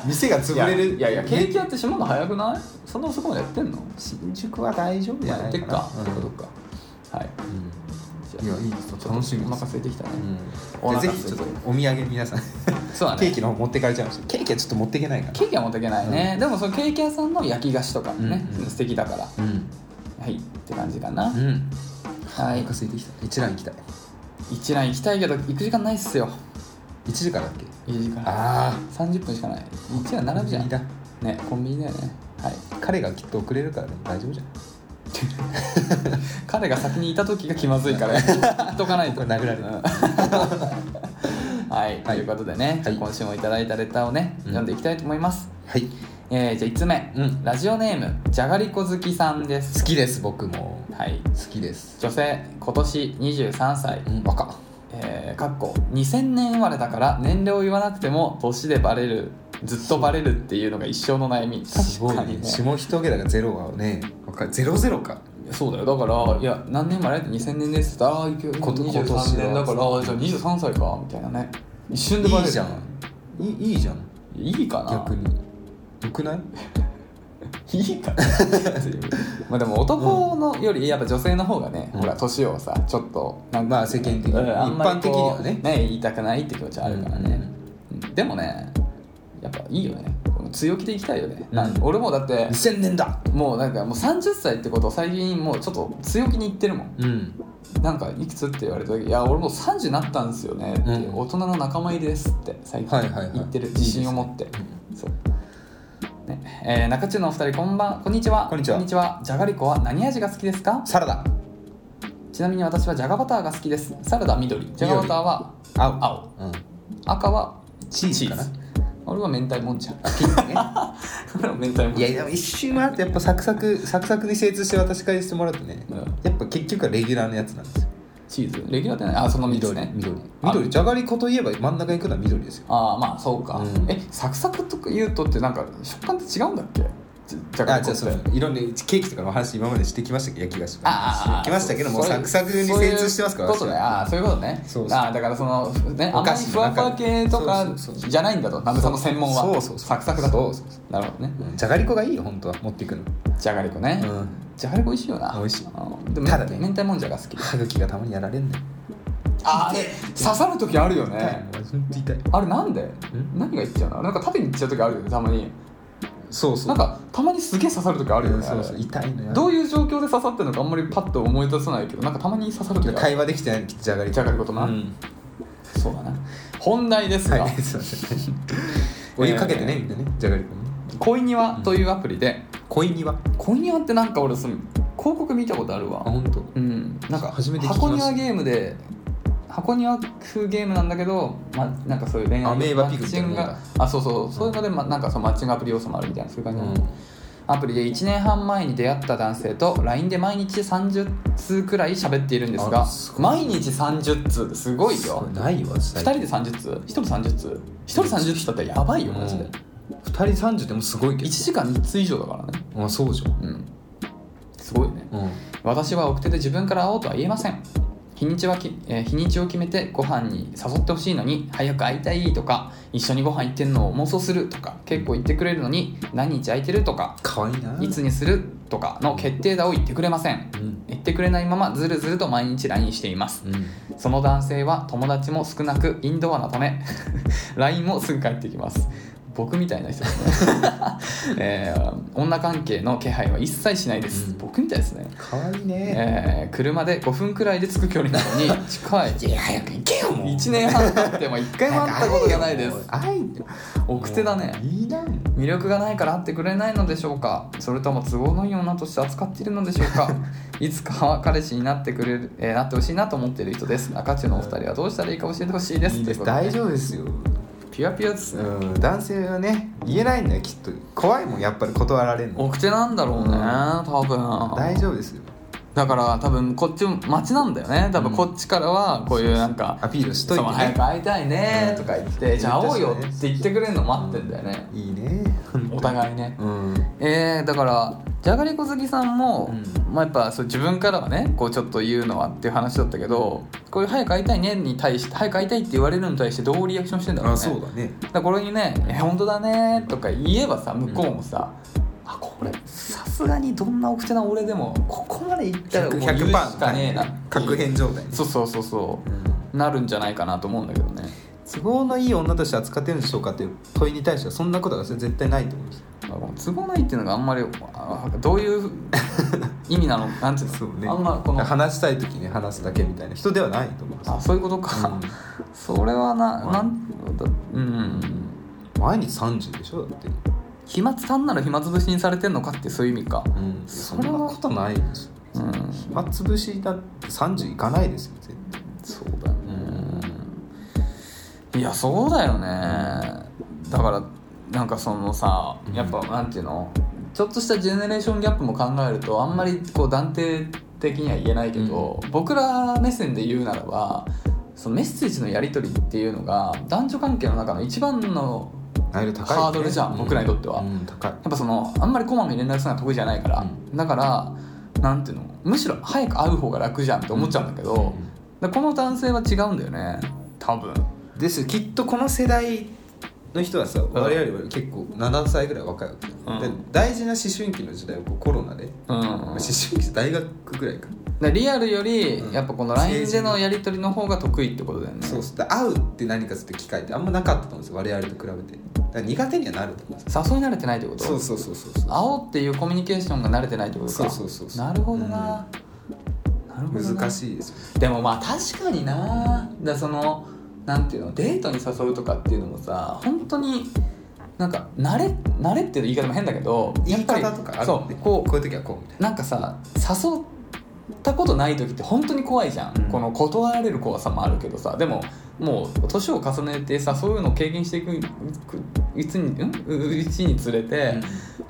Speaker 1: 店が潰れる
Speaker 2: いやいやケーキ屋って閉まるの早くないそんな遅くまでやってんの
Speaker 1: 新宿は大丈夫じ
Speaker 2: や
Speaker 1: ゃな
Speaker 2: っ
Speaker 1: い
Speaker 2: て
Speaker 1: か
Speaker 2: っ
Speaker 1: な
Speaker 2: か
Speaker 1: うん
Speaker 2: そっかそっかはいじゃあ
Speaker 1: いやいい
Speaker 2: ちょっと
Speaker 1: 楽しみです
Speaker 2: お腹空いてきたね
Speaker 1: うん
Speaker 2: お腹
Speaker 1: ぜ
Speaker 2: 空い
Speaker 1: ひ
Speaker 2: て
Speaker 1: ち
Speaker 2: る
Speaker 1: ょっとお土産皆さん
Speaker 2: そうだね
Speaker 1: ケーキの方持ってかれちゃいましたケーキはちょっと持っていけないから
Speaker 2: ケーキは持っていけないねでもそのケーキ屋さんの焼き菓子とかもね
Speaker 1: うんうん
Speaker 2: 素敵だから
Speaker 1: うん
Speaker 2: はいって感じかな
Speaker 1: うんお
Speaker 2: はい
Speaker 1: 腹空いてきた一蘭行きたい
Speaker 2: 一覧行きたいけど行く時間ないっすよ
Speaker 1: 1時からだっけ
Speaker 2: いい時間
Speaker 1: ああ
Speaker 2: 30分しかない一覧並ぶじゃんねコンビニだよねはい
Speaker 1: 彼がきっと遅れるからでも大丈夫じゃん
Speaker 2: 彼が先にいた時が気まずいから 言っとかないと
Speaker 1: これ殴られる
Speaker 2: うんはい、ということでね、じゃあ今週もいただいたレターをね、読んでいきたいと思います、
Speaker 1: はい
Speaker 2: えーじゃあ1つ目、
Speaker 1: うん
Speaker 2: ラジオネームじゃがりこ好きさんです
Speaker 1: 好きです僕も
Speaker 2: はい
Speaker 1: 好きです
Speaker 2: 女性今年23歳、
Speaker 1: うん若っ
Speaker 2: えーかっこ2000年生まれだから年齢を言わなくても年でバレるずっとバレるっていうのが一生の悩み
Speaker 1: すご
Speaker 2: 確
Speaker 1: い
Speaker 2: か
Speaker 1: ね
Speaker 2: にね
Speaker 1: 下一桁がゼロはねわかるゼロゼロか
Speaker 2: そうだよだからいや何年前2000年ですってああ23
Speaker 1: こと今年は
Speaker 2: 年だからああじゃあ23歳かみたいなね一瞬でバレる
Speaker 1: いいじゃんいいいいじゃん
Speaker 2: いいかな
Speaker 1: 逆によくない
Speaker 2: いいかな まあでも男のよりやっぱ女性の方がね、
Speaker 1: うん
Speaker 2: ほら年をさちょっとなんか
Speaker 1: まあ世間的に
Speaker 2: う
Speaker 1: 一
Speaker 2: んあんまり
Speaker 1: 般的に
Speaker 2: こ
Speaker 1: は
Speaker 2: う
Speaker 1: ね
Speaker 2: 言いたくないって気持ちはあるからね、うんでもねやっぱいいよね強気でいきたいよね、
Speaker 1: うん
Speaker 2: なん俺もだって
Speaker 1: 2000年だ
Speaker 2: もうなんかもう30歳ってことを最近もうちょっと強気に言ってるもん
Speaker 1: うん
Speaker 2: なんかいくつって言われた時「いや俺もう30になったんですよね」って、
Speaker 1: うん
Speaker 2: 大人の仲間入りです」って最近
Speaker 1: はいはいはい
Speaker 2: 言ってる自信を持って、そうねえー中中のお二人こんばんこんにちは
Speaker 1: こんにちは
Speaker 2: じゃがりこは何味が好きですか
Speaker 1: サラダ
Speaker 2: ちなみに私はじゃがバターが好きですサラダ緑じゃがバターは
Speaker 1: 青
Speaker 2: 青
Speaker 1: うん
Speaker 2: 赤は
Speaker 1: チーズかな
Speaker 2: 俺は明太もん じゃん
Speaker 1: ピンクね
Speaker 2: 俺は明太もん
Speaker 1: いやでも一瞬はやっぱサクサクサクサクに精通して私からしてもらうとね、
Speaker 2: うん
Speaker 1: やっぱ結局はレギュラーのやつなんですよ
Speaker 2: チーズレギュラーってないあその3つ
Speaker 1: 緑
Speaker 2: ね
Speaker 1: 緑
Speaker 2: あ
Speaker 1: 緑じゃがりこといえば真ん中に行くのは緑ですよ
Speaker 2: ああまあそうか、
Speaker 1: うん
Speaker 2: えサクサクとか言うとってなんか食感って違うんだっけじじゃが
Speaker 1: あ
Speaker 2: り
Speaker 1: じ
Speaker 2: こ
Speaker 1: ゃ
Speaker 2: っ
Speaker 1: あ
Speaker 2: て
Speaker 1: そういろんなケーキとかのお話今までしてきましたけど焼き菓子とかの話
Speaker 2: あ
Speaker 1: し
Speaker 2: あ
Speaker 1: てきましたけども
Speaker 2: そういう
Speaker 1: サクサクに精通してますから
Speaker 2: そういうこと
Speaker 1: 私
Speaker 2: ね
Speaker 1: は
Speaker 2: ああそういうことね
Speaker 1: そうそう
Speaker 2: ああだからそのねあ
Speaker 1: お
Speaker 2: んま
Speaker 1: 菓
Speaker 2: り
Speaker 1: 子
Speaker 2: ふ
Speaker 1: の
Speaker 2: わ
Speaker 1: 中
Speaker 2: ふわ系と
Speaker 1: そ
Speaker 2: か
Speaker 1: うそうそう
Speaker 2: じゃないんだとナムさんの専門は
Speaker 1: そうそうそう
Speaker 2: サクサクだと
Speaker 1: そうそ
Speaker 2: なるほどね
Speaker 1: うんじゃがりこがいいよ本当は持っていくの
Speaker 2: じゃがりこね、
Speaker 1: うん
Speaker 2: じゃがりこ美味しいよな
Speaker 1: 美味しい
Speaker 2: うんでも
Speaker 1: ただ
Speaker 2: 明
Speaker 1: ね
Speaker 2: 明太もんじゃが好き
Speaker 1: 歯茎がたまにやられんね
Speaker 2: ああれ刺さる時あるよね
Speaker 1: 痛いほんと痛い
Speaker 2: あれなんで何がいっちゃうのあれなんか縦にいっちゃう時あるよねたまに
Speaker 1: そうそう
Speaker 2: なんかたまにすげえ刺さる時あるよ
Speaker 1: うん
Speaker 2: ねあ
Speaker 1: そ
Speaker 2: れ
Speaker 1: うそう痛いのよ
Speaker 2: どういう状況で刺さってるのかあんまりパッと思い出さないけどなんかたまに刺さる時ある
Speaker 1: 会話できてないのきっとじゃがりこ
Speaker 2: じゃがりことな
Speaker 1: うん
Speaker 2: そうだな本題ですが、
Speaker 1: はいすいませ んお湯かけてねみんなねじゃがりこもね
Speaker 2: 恋庭というアプリで、
Speaker 1: 恋庭あ
Speaker 2: 恋庭ってなんか俺その広告見たことあるわ
Speaker 1: 本当。
Speaker 2: うんなんか
Speaker 1: 初めて聞きました
Speaker 2: 箱庭ゲームで箱庭風ゲームなんだけど、ま、なんかそういう恋愛
Speaker 1: アメーバピグ
Speaker 2: マッ
Speaker 1: み
Speaker 2: チ
Speaker 1: たいな
Speaker 2: ン
Speaker 1: も
Speaker 2: グ
Speaker 1: んだ
Speaker 2: があそうそうそういうので、ま、なんかそのマッチングアプリ要素もあるみたいなそういう感じなの、
Speaker 1: うん
Speaker 2: アプリで1年半前に出会った男性と LINE で毎日30通くらい喋っているんですが
Speaker 1: あすごい
Speaker 2: 毎日30通ってすごいよ
Speaker 1: ないわ
Speaker 2: 2
Speaker 1: 2
Speaker 2: 人で30通1人30通1人30通だったらやばいよマジで、
Speaker 1: 2人30でもすごいけ
Speaker 2: 1時間1通以上だからね
Speaker 1: どあそうじゃん
Speaker 2: うんすごいね
Speaker 1: うん
Speaker 2: 私は奥手で自分から会おうとは言えません日にちはき、えー日にちを決めてご飯に誘ってほしいのに早く会いたいとか一緒にご飯行ってんのを妄想するとか結構言ってくれるのに何日空いてるとか
Speaker 1: かわいいない
Speaker 2: つにするとかの決定打を言ってくれません
Speaker 1: うん
Speaker 2: 言ってくれないままずるずると毎日 LINE しています
Speaker 1: うん
Speaker 2: その男性は友達も少なくインドアなため LINE もすぐ返ってきます僕みたいな人ですね、 えー女関係の気配は一切しないです、
Speaker 1: うん
Speaker 2: 僕みたいですね、
Speaker 1: かわいいね
Speaker 2: えー車で5分くらいで着く距離なのに近い
Speaker 1: いや早く行けよもう
Speaker 2: 1年半経っても1回も会ったことがないです
Speaker 1: 愛
Speaker 2: 奥手だね
Speaker 1: いいな
Speaker 2: 魅力がないから会ってくれないのでしょうかそれとも都合のいい女として扱っているのでしょう かいつかは彼氏になってくれる、えーなってほしいなと思っている人です中中のお二人はどうしたらいいか教えてほしいです
Speaker 1: いいです
Speaker 2: ということ
Speaker 1: 大丈夫ですよ
Speaker 2: ピュアピュアです
Speaker 1: うん男性はね言えないんだよきっと怖いもんやっぱり断られるの
Speaker 2: 奥手なんだろうね
Speaker 1: うん
Speaker 2: 多分
Speaker 1: 大丈夫ですよ
Speaker 2: だから多分こっちも待ちなんだよね多分こっちからはこういうなんか
Speaker 1: アピールしとい
Speaker 2: そ
Speaker 1: て
Speaker 2: う早
Speaker 1: ね
Speaker 2: く会いたいねとか言って、
Speaker 1: うん
Speaker 2: じゃあ会おうよって言ってくれるの待ってんだよね、
Speaker 1: いいね
Speaker 2: お互いね
Speaker 1: うん
Speaker 2: えー、だからじゃがりこ好きさんも、
Speaker 1: う
Speaker 2: まあ、やっぱそう自分からはねこうちょっと言うのはっていう話だったけどこういう「早く会いたいね」に対して「早く会いたい」って言われるのに対してどうリアクションしてんだろうね
Speaker 1: あそうだね
Speaker 2: だからこれにね「え本当だね」とか言えばさ向こうもさ、あこれさすがにどんなお口な俺でもここまでいったらもう言うしかねえな
Speaker 1: 確変状態ね
Speaker 2: そうそうそうそう、なるんじゃないかなと思うんだけどね
Speaker 1: 都合のいい女として扱ってるんでしょうかっていう問いに対してはそんなことは絶対ないと思うんです
Speaker 2: だから都合ないっていうのがあんまりあどういう意味なのなん ていうのあんまこの
Speaker 1: 話したい時に話すだけみたいな人ではないと思うんです
Speaker 2: あそういうことか、
Speaker 1: うん
Speaker 2: それはな、
Speaker 1: はい
Speaker 2: なんだうん
Speaker 1: 毎日30でしょだって、
Speaker 2: 暇つ単なる暇つぶしにされてんのかってそういう意味か
Speaker 1: うん、
Speaker 2: そ
Speaker 1: そ
Speaker 2: れ
Speaker 1: ん
Speaker 2: は
Speaker 1: なことないですよ
Speaker 2: うん
Speaker 1: 暇つぶしだって30いかないですよ絶対
Speaker 2: そうだね、いやそうだよねだからなんかそのさやっぱなんていうのちょっとしたジェネレーションギャップも考えるとあんまりこう断定的には言えないけど、僕ら目線で言うならばそのメッセージのやり取りっていうのが男女関係の中の一番の
Speaker 1: あれ高い、ね、
Speaker 2: ハードルじゃん僕らにとっては
Speaker 1: うん高い
Speaker 2: やっぱそのあんまりこまめに連絡するのは得意じゃないから、だからなんていうのむしろ早く会う方が楽じゃんって思っちゃうんだけど、だからこの男性は違うんだよね多分
Speaker 1: ですきっとこの世代の人はさ我々より結構7歳ぐらい若いわけ、
Speaker 2: うん
Speaker 1: で大事な思春期の時代をこうコロナで、
Speaker 2: うん、
Speaker 1: まあ思春期大学ぐらいか、
Speaker 2: だからリアルより
Speaker 1: うん
Speaker 2: やっぱこの LINE でのやり取りの方が得意ってことだよね
Speaker 1: そうそうで会うって何かする機会ってあんまなかったと思うんですよ我々と比べてだから苦手にはなると思うんですよ
Speaker 2: 誘い慣れてないってこと
Speaker 1: そうそうそうそうそう
Speaker 2: 会おうっていうコミュニケーションが慣れてないってことか
Speaker 1: そうそうそうそう
Speaker 2: なるほどな、なるほどな
Speaker 1: 難しいですよ
Speaker 2: でもまあ確かになだそのなんていうのデートに誘うとかっていうのもさ本当になんか慣れ慣れっていう言い方も変だけど
Speaker 1: 言い
Speaker 2: やっぱ
Speaker 1: 方
Speaker 2: り
Speaker 1: とかある
Speaker 2: そ
Speaker 1: んで
Speaker 2: うこ
Speaker 1: こういう時はこうみたいう
Speaker 2: なんかさ誘ったことない時って本当に怖いじゃん、
Speaker 1: うん
Speaker 2: この断られる怖さもあるけどさでももう年を重ねてさそういうのを経験していくくいつにんううちにつれて、
Speaker 1: な、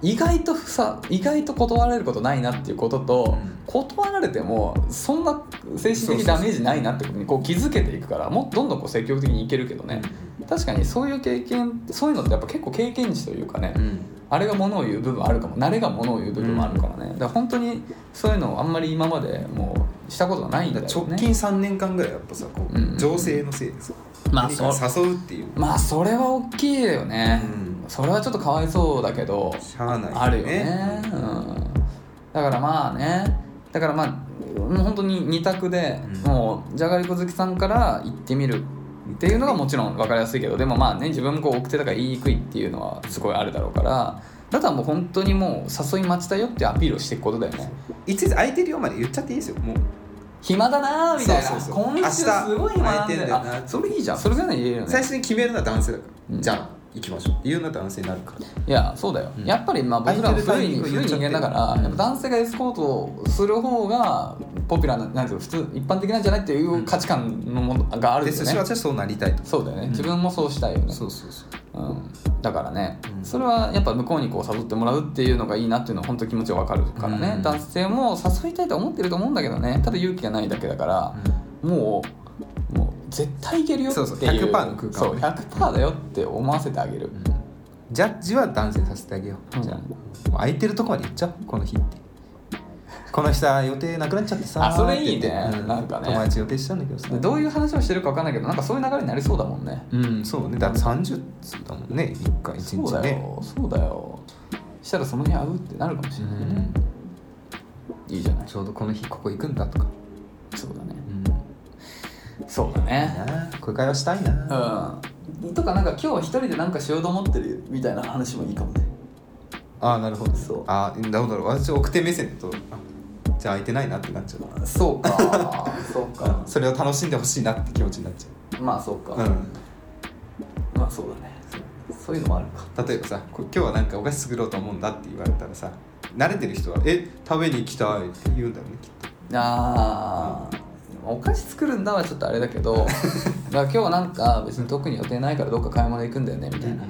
Speaker 2: 意外とさ意外と断られることないなっていうことと、
Speaker 1: うん
Speaker 2: 断られてもそんな精神的ダメージないなってことにこう気づけていくからもっとどんどんこう積極的にいけるけどね確かにそういう経験そういうのってやっぱ結構経験値というかね、
Speaker 1: うん
Speaker 2: あれがものを言う部分あるかも慣れがものを言う部分もあるからね、だから本当にそういうのをあんまり今までもうしたことがないんだよね
Speaker 1: 直近3年間ぐらいやっぱさこう、
Speaker 2: うん
Speaker 1: 情勢のせいですよ
Speaker 2: まあ
Speaker 1: 何か
Speaker 2: そ
Speaker 1: 誘うっていう
Speaker 2: まあそれは大きいよね、
Speaker 1: うん
Speaker 2: それはちょっとかわいそうだけど
Speaker 1: しゃあない
Speaker 2: あるよね、うん、だからまあねだからまあもう本当に二択で、
Speaker 1: うん
Speaker 2: もうじゃがりこ好きさんから行ってみるっていうのがもちろん分かりやすいけどでもまあね自分もこう奥手だから言いにくいっていうのはすごいあるだろうからだったらもう本当にもう誘い待ちだよっていうアピールをしていくことだよね
Speaker 1: いついつ空いてるよまで言っちゃっていいですよもう
Speaker 2: 暇だなーみたいな
Speaker 1: そうそうそう
Speaker 2: 今週すごい暇な
Speaker 1: 明日空い
Speaker 2: んだよ
Speaker 1: てんだよな
Speaker 2: あそれいいじゃんそれぐらいなら言えるよね
Speaker 1: 最初に決めるのは男性だから、
Speaker 2: うん
Speaker 1: じゃあ行きましょうっていうのは男性になるから
Speaker 2: いやそうだよ、
Speaker 1: うん
Speaker 2: やっぱりまあ僕らは
Speaker 1: 空
Speaker 2: 古
Speaker 1: いて
Speaker 2: い
Speaker 1: るタイミング
Speaker 2: 古い人間だから、
Speaker 1: 言っちゃってる
Speaker 2: やっぱ男性がエスコートをする方がポピュラーななんていうの普通一般的なんじゃないっていう価値観のものがあるん
Speaker 1: で
Speaker 2: です
Speaker 1: す
Speaker 2: よ
Speaker 1: し
Speaker 2: ね
Speaker 1: 私はそうなりたいと
Speaker 2: そうだよね、
Speaker 1: うん
Speaker 2: 自分もそうしたいよね
Speaker 1: そうそうそう
Speaker 2: うん、だからね、
Speaker 1: うん
Speaker 2: それはやっぱ向こうにこう誘ってもらうっていうのがいいなっていうのは本当気持ちがわかるからね、
Speaker 1: うん
Speaker 2: 男性も誘いたいと思ってると思うんだけどねただ勇気がないだけだから、もうもう絶対いけるよっていう
Speaker 1: そうそう100%の空間をね
Speaker 2: そう100%だよって思わせてあげる、
Speaker 1: ジャッジは男性にさせてあげよう、
Speaker 2: うん
Speaker 1: じゃあもう空いてるとこまで行っちゃおうこの日ってこの日さ予定なくなっちゃってさ
Speaker 2: あそれいいね
Speaker 1: って言って
Speaker 2: なんかね
Speaker 1: 友達予定したんだけどさ
Speaker 2: でどういう話をしてるか分かんないけどなんかそういう流れになりそうだもんね
Speaker 1: うんそうねだって30だもんね1回1
Speaker 2: そう
Speaker 1: 日
Speaker 2: だ
Speaker 1: ね
Speaker 2: よそうだよしたらその日会うってなるかもしれないね、いいじゃない
Speaker 1: ちょうどこの日ここ行くんだとか、
Speaker 2: そうだね
Speaker 1: うん、
Speaker 2: そうだね
Speaker 1: なあこういう会話したいな、
Speaker 2: うんとかなんか今日は一人でなんかしようと思ってるみたいな話もいいかもね
Speaker 1: ああなるほど
Speaker 2: そう
Speaker 1: ああなるほど私奥手目線だとあじゃあ空いてないなってなっちゃう
Speaker 2: そうかそうか
Speaker 1: それを楽しんでほしいなって気持ちになっち
Speaker 2: まあそうか、
Speaker 1: ゃう、うん
Speaker 2: まあそうだねそういうのもあるか
Speaker 1: 例えばさ「こ今日はなんかお菓子作ろうと思うんだ」って言われたらさ慣れてる人は「え食べに行きたい」って言うんだろうねきっと
Speaker 2: あーお菓子作るんだはちょっとあれだ けどだから今日はなんか別に特に予定ないからどっか買い物行くんだよねみたいな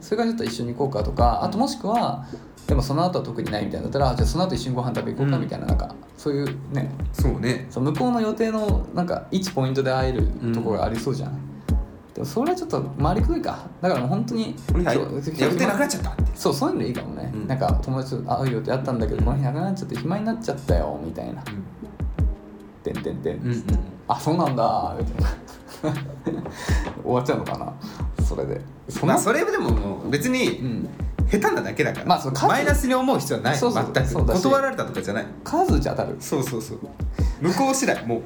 Speaker 2: それからちょっと一緒に行こうかとかあともしくはでもその後は特にないみたいなだったらあじゃあその後一緒にご飯食べ行こうか
Speaker 1: うん
Speaker 2: みたいな,、なんかそういうね
Speaker 1: そうね
Speaker 2: その向こうの予定のなんか1ポイントで会える
Speaker 1: うん
Speaker 2: とこがありそうじゃん、でもそれはちょっと回りくどいかだからもう本当に
Speaker 1: この日
Speaker 2: そう
Speaker 1: 空いて予定なくなっちゃったって
Speaker 2: そうそういうのいいかもね、
Speaker 1: うん
Speaker 2: なんか友達と会う予定あったんだけどこの日なくなっちゃって暇になっちゃったよみたいな「てんてんてん」
Speaker 1: うんうん
Speaker 2: あそうなんだ」 みたいな終わっちゃうのかなそれでそん
Speaker 1: ま
Speaker 2: な
Speaker 1: あそれでももう別
Speaker 2: う
Speaker 1: に
Speaker 2: ん
Speaker 1: 下手なだけだから、
Speaker 2: まあその数
Speaker 1: マイナスに思う必要はない
Speaker 2: そうそう
Speaker 1: 全
Speaker 2: そう
Speaker 1: く
Speaker 2: だし
Speaker 1: 断られたとかじゃない
Speaker 2: 数じゃ当たる
Speaker 1: そうそうそう向こう次第もう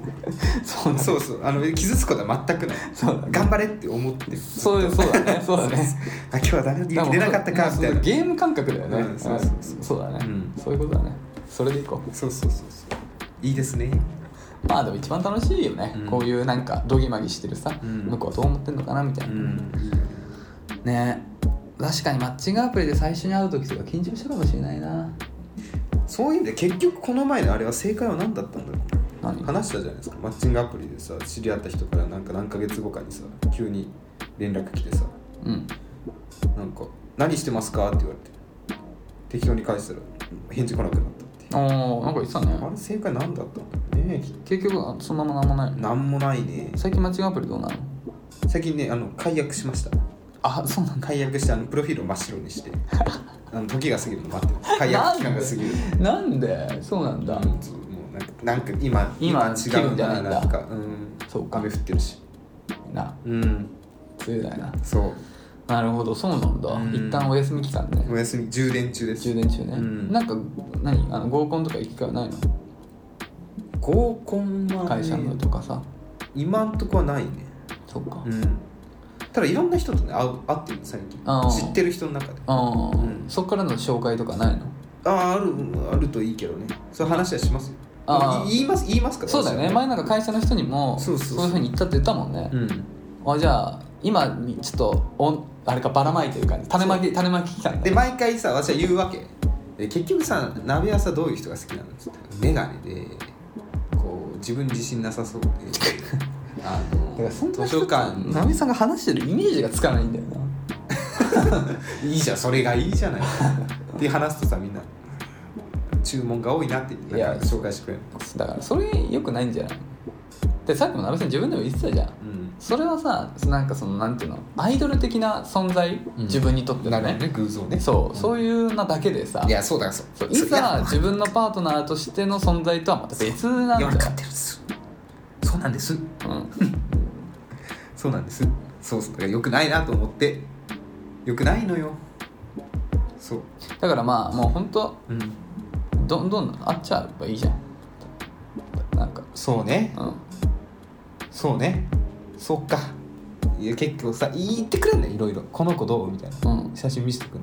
Speaker 2: そうなんだ
Speaker 1: そうそうあの傷つくことは全くない
Speaker 2: そうだね
Speaker 1: 頑張れって思ってる
Speaker 2: そう
Speaker 1: ずっと
Speaker 2: そうだね そうだね
Speaker 1: あ今日は誰に出なかったかみたい
Speaker 2: もう
Speaker 1: な
Speaker 2: ゲーム感覚だよね、
Speaker 1: うんそうそうそ
Speaker 2: んそうだね、
Speaker 1: うん
Speaker 2: そういうことだねそれでいこう
Speaker 1: そうそうそうそういいですね
Speaker 2: まあでも一番楽しいよね、
Speaker 1: うん
Speaker 2: こういうなんかドギマギしてるさ、
Speaker 1: うん
Speaker 2: 向こうはどう思ってんのかなみたいな、
Speaker 1: ん
Speaker 2: ね確かにマッチングアプリで最初に会う時とか緊張したかもしれないな
Speaker 1: そういう意味で結局この前のあれは正解は何だったんだろ
Speaker 2: 何
Speaker 1: う話したじゃないですかマッチングアプリでさ知り合った人からなんか何ヶ月後かにさ急に連絡来てさ
Speaker 2: うん
Speaker 1: なんか「何してますか?」って言われて適当に返したら返事来なくなったっていう
Speaker 2: おーなんか言ってた
Speaker 1: あ
Speaker 2: ね
Speaker 1: れ正解何だったんだろうね
Speaker 2: 結局あそのままなんもない
Speaker 1: なんもないね
Speaker 2: 最近マッチングアプリどうなの
Speaker 1: 最近ねあの解約しました
Speaker 2: あそうなんだ
Speaker 1: 解約してあのプロフィールを真っ白に してあの時が過ぎるの待ってる解約期間が過ぎる
Speaker 2: なんでそうなんだ、
Speaker 1: うんそうもうなんかなんか今
Speaker 2: 今
Speaker 1: 違
Speaker 2: 気
Speaker 1: うんだ
Speaker 2: 分じゃ
Speaker 1: な
Speaker 2: ないんだ
Speaker 1: なんかうん
Speaker 2: そうか
Speaker 1: 雨降ってるし
Speaker 2: な
Speaker 1: うん
Speaker 2: 梅雨だよな
Speaker 1: そ
Speaker 2: なるほどそうなんだ、
Speaker 1: うん
Speaker 2: 一旦お休み期間
Speaker 1: うお
Speaker 2: ね
Speaker 1: 休み充電中です
Speaker 2: 充電中ね、
Speaker 1: うん
Speaker 2: なんか何あの合コンとか行く機会ないの
Speaker 1: 合コンは、ね、
Speaker 2: 会社のとかさ
Speaker 1: 今んとこはないね
Speaker 2: そっか、
Speaker 1: うんただいろんな人とね会う会ってるの最
Speaker 2: あ
Speaker 1: 近
Speaker 2: ー
Speaker 1: 知ってる人の中で
Speaker 2: ああ、
Speaker 1: うん
Speaker 2: そっからの紹介とかないの
Speaker 1: あああるあるといいけどねそういう話はしますよ
Speaker 2: あー
Speaker 1: い言います言いますから
Speaker 2: そうだよね
Speaker 1: 私は
Speaker 2: 前なんか会社の人にも
Speaker 1: そうそうそう
Speaker 2: いうふうに言ったって言ったもんね、
Speaker 1: うん
Speaker 2: あじゃあ今ちょっとおあれかばらまいてる感じ種まき種まき期間
Speaker 1: で
Speaker 2: ね
Speaker 1: 毎回さ私は言うわけで結局さ鍋はさどういう人が好きなのって言ったら眼鏡でこう自分自信なさ そうであ
Speaker 2: だからそん
Speaker 1: の
Speaker 2: な
Speaker 1: 図書
Speaker 2: 人
Speaker 1: 館
Speaker 2: ナミさんが話してるイメージがつかないんだよない
Speaker 1: いじゃんそれがいいじゃないって話すとさみんな注文が多いなって
Speaker 2: いや
Speaker 1: なんか紹介してくれる
Speaker 2: だからそれ良くないんじゃないでさっきもナミさん自分でも言ってたじゃん
Speaker 1: うん
Speaker 2: それはさなんかそのなんていうのアイドル的な存在、
Speaker 1: うん
Speaker 2: 自分にとっての
Speaker 1: なるほど
Speaker 2: ね
Speaker 1: ね偶像ね
Speaker 2: そう、
Speaker 1: ん
Speaker 2: そういうなだけでさ
Speaker 1: いやそうだそう
Speaker 2: そうい
Speaker 1: そう
Speaker 2: ざ
Speaker 1: や
Speaker 2: 自分のパートナーとしての存在とはまた別なん
Speaker 1: い
Speaker 2: だ
Speaker 1: や
Speaker 2: よ
Speaker 1: 分かってるんですそうなんです
Speaker 2: うん、
Speaker 1: そうなんですそうそうだからよくないなと思ってよくないのよそう
Speaker 2: だからまあもう本当
Speaker 1: うん
Speaker 2: どんどん会っちゃえばいいじゃんなんか
Speaker 1: そうね
Speaker 2: うん
Speaker 1: そうねそっかいや結構さ言ってくれんねいろいろこの子どうみたいな
Speaker 2: うん
Speaker 1: 写真見せてくんの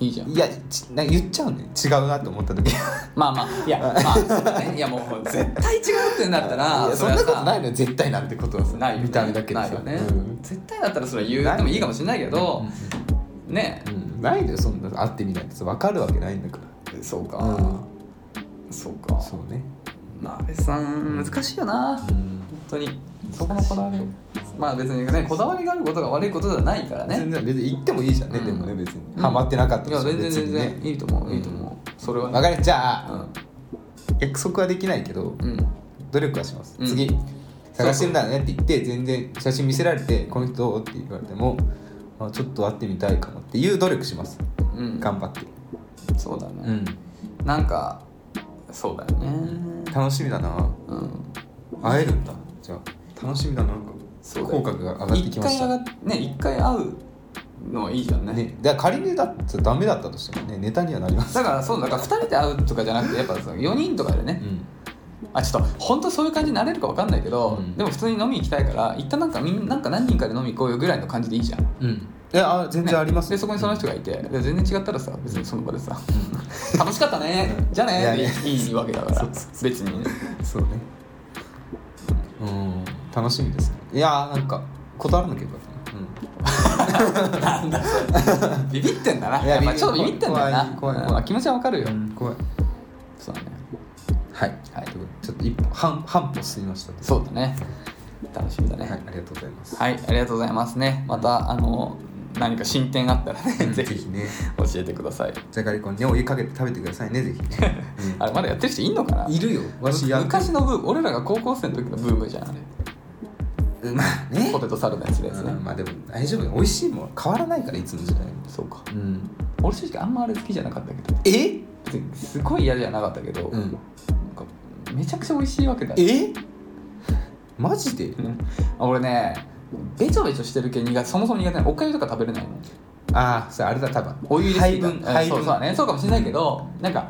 Speaker 2: いいじゃん
Speaker 1: いやちな言っちゃうね違うなと思った時い
Speaker 2: まあまあいやまあそうだねいやもう絶対違うってなったら
Speaker 1: やそん
Speaker 2: れ
Speaker 1: な
Speaker 2: はさ
Speaker 1: ことないのよ絶対なんてことはさ
Speaker 2: ないよね
Speaker 1: 見た目だけでさ
Speaker 2: ないよね、
Speaker 1: うん
Speaker 2: 絶対だったらそれは言うでもいいかもしれないけどね
Speaker 1: うんないのよそんな会ってみないとさ分かるわけないんだか
Speaker 2: そうか、
Speaker 1: ら
Speaker 2: そうか
Speaker 1: そうね
Speaker 2: なべさん難しいよな本当にそこのこだわりまあ別にねこだわりがあることが悪いことではないからね
Speaker 1: 全然別に行ってもいいじゃんね、
Speaker 2: うん
Speaker 1: でもね別に
Speaker 2: うん
Speaker 1: ハマってなかった
Speaker 2: い
Speaker 1: と
Speaker 2: や
Speaker 1: して
Speaker 2: 全然
Speaker 1: 別
Speaker 2: 全
Speaker 1: にね
Speaker 2: 然いいと思ういいと思う、それは
Speaker 1: 分かるじゃ
Speaker 2: う
Speaker 1: あ、
Speaker 2: ん
Speaker 1: 約束はできないけど
Speaker 2: うん
Speaker 1: 努力はします、
Speaker 2: うん
Speaker 1: 次探してるんだねって言って全然写真見せられて「この人どう?」って言われてもあちょっと会ってみたいかもっていう努力します
Speaker 2: うん
Speaker 1: 頑張って、
Speaker 2: そうだね、なんかそうだよね
Speaker 1: 楽しみだな
Speaker 2: うん
Speaker 1: 会えるんだじゃあ楽しみだななんか
Speaker 2: そうだよ
Speaker 1: 口角が上がってきまし
Speaker 2: 一回上が
Speaker 1: た
Speaker 2: っね一回会うのはいいじゃんね
Speaker 1: ね、だから仮にだったらダメだったとしてもねネタにはなり ます
Speaker 2: だからそうだから2人で会うとかじゃなくてやっぱその4人とかでね、
Speaker 1: ん
Speaker 2: あちょっと本当そういう感じになれるかわかんないけど、
Speaker 1: うん
Speaker 2: でも普通に飲み行きたいから一旦なんかみんなんか何人かで飲み行こうよぐらいの感じでいいじゃん、
Speaker 1: うんいやあ全
Speaker 2: ね
Speaker 1: 然あります、
Speaker 2: でそこにその人がいてで全然違ったらさ別にその場でさ「楽しかったねじゃあ
Speaker 1: いや
Speaker 2: ね」
Speaker 1: ね
Speaker 2: でいいいいわけだから別にね
Speaker 1: そうねうん楽しみですねいやーなんか断らなきゃよかったな、うん
Speaker 2: ビビってんだない
Speaker 1: や
Speaker 2: やっぱ
Speaker 1: ビビ
Speaker 2: ちょっとビビってんだよな
Speaker 1: 怖い怖い怖い
Speaker 2: うんまあ気持ちはわかるよ、
Speaker 1: 怖い
Speaker 2: そうだね
Speaker 1: はい、はい、ということでちょっと一歩半半歩進みましたね
Speaker 2: そうだね楽しみだね
Speaker 1: は
Speaker 2: はいい、
Speaker 1: ありがとうございます
Speaker 2: ありがとうございますねまたあの何か進展あったらね、 ぜ
Speaker 1: ぜひ
Speaker 2: ひ
Speaker 1: ね
Speaker 2: 教えてください
Speaker 1: じゃがりこにねお湯かけて食べてくださいねぜひ、
Speaker 2: あれまだやってる人いんのかな
Speaker 1: うんいるよわしやって
Speaker 2: 昔のブーム俺らが高校生の時のブームじゃんあれ
Speaker 1: うんまあね
Speaker 2: ポテトサラダのやつですね、
Speaker 1: うんまあでも大丈夫よ美味しいもん変わらないからいつの時代も
Speaker 2: そうか
Speaker 1: うん
Speaker 2: 俺正直あんまあれ好きじゃなかったけど
Speaker 1: え
Speaker 2: 別にすごい嫌じゃなかったけど、
Speaker 1: うん
Speaker 2: なんかめちゃくちゃ美味しいわけだよ
Speaker 1: えマジで
Speaker 2: うん俺ねべちょべちょしてる系苦手そもそも苦手なのおかゆとか食べれないの
Speaker 1: ああそれあれだ多分
Speaker 2: お湯
Speaker 1: 配
Speaker 2: 入れすぎたう
Speaker 1: 分
Speaker 2: ん
Speaker 1: 配
Speaker 2: そう
Speaker 1: 分
Speaker 2: そうだねそうかもしれないけどなんか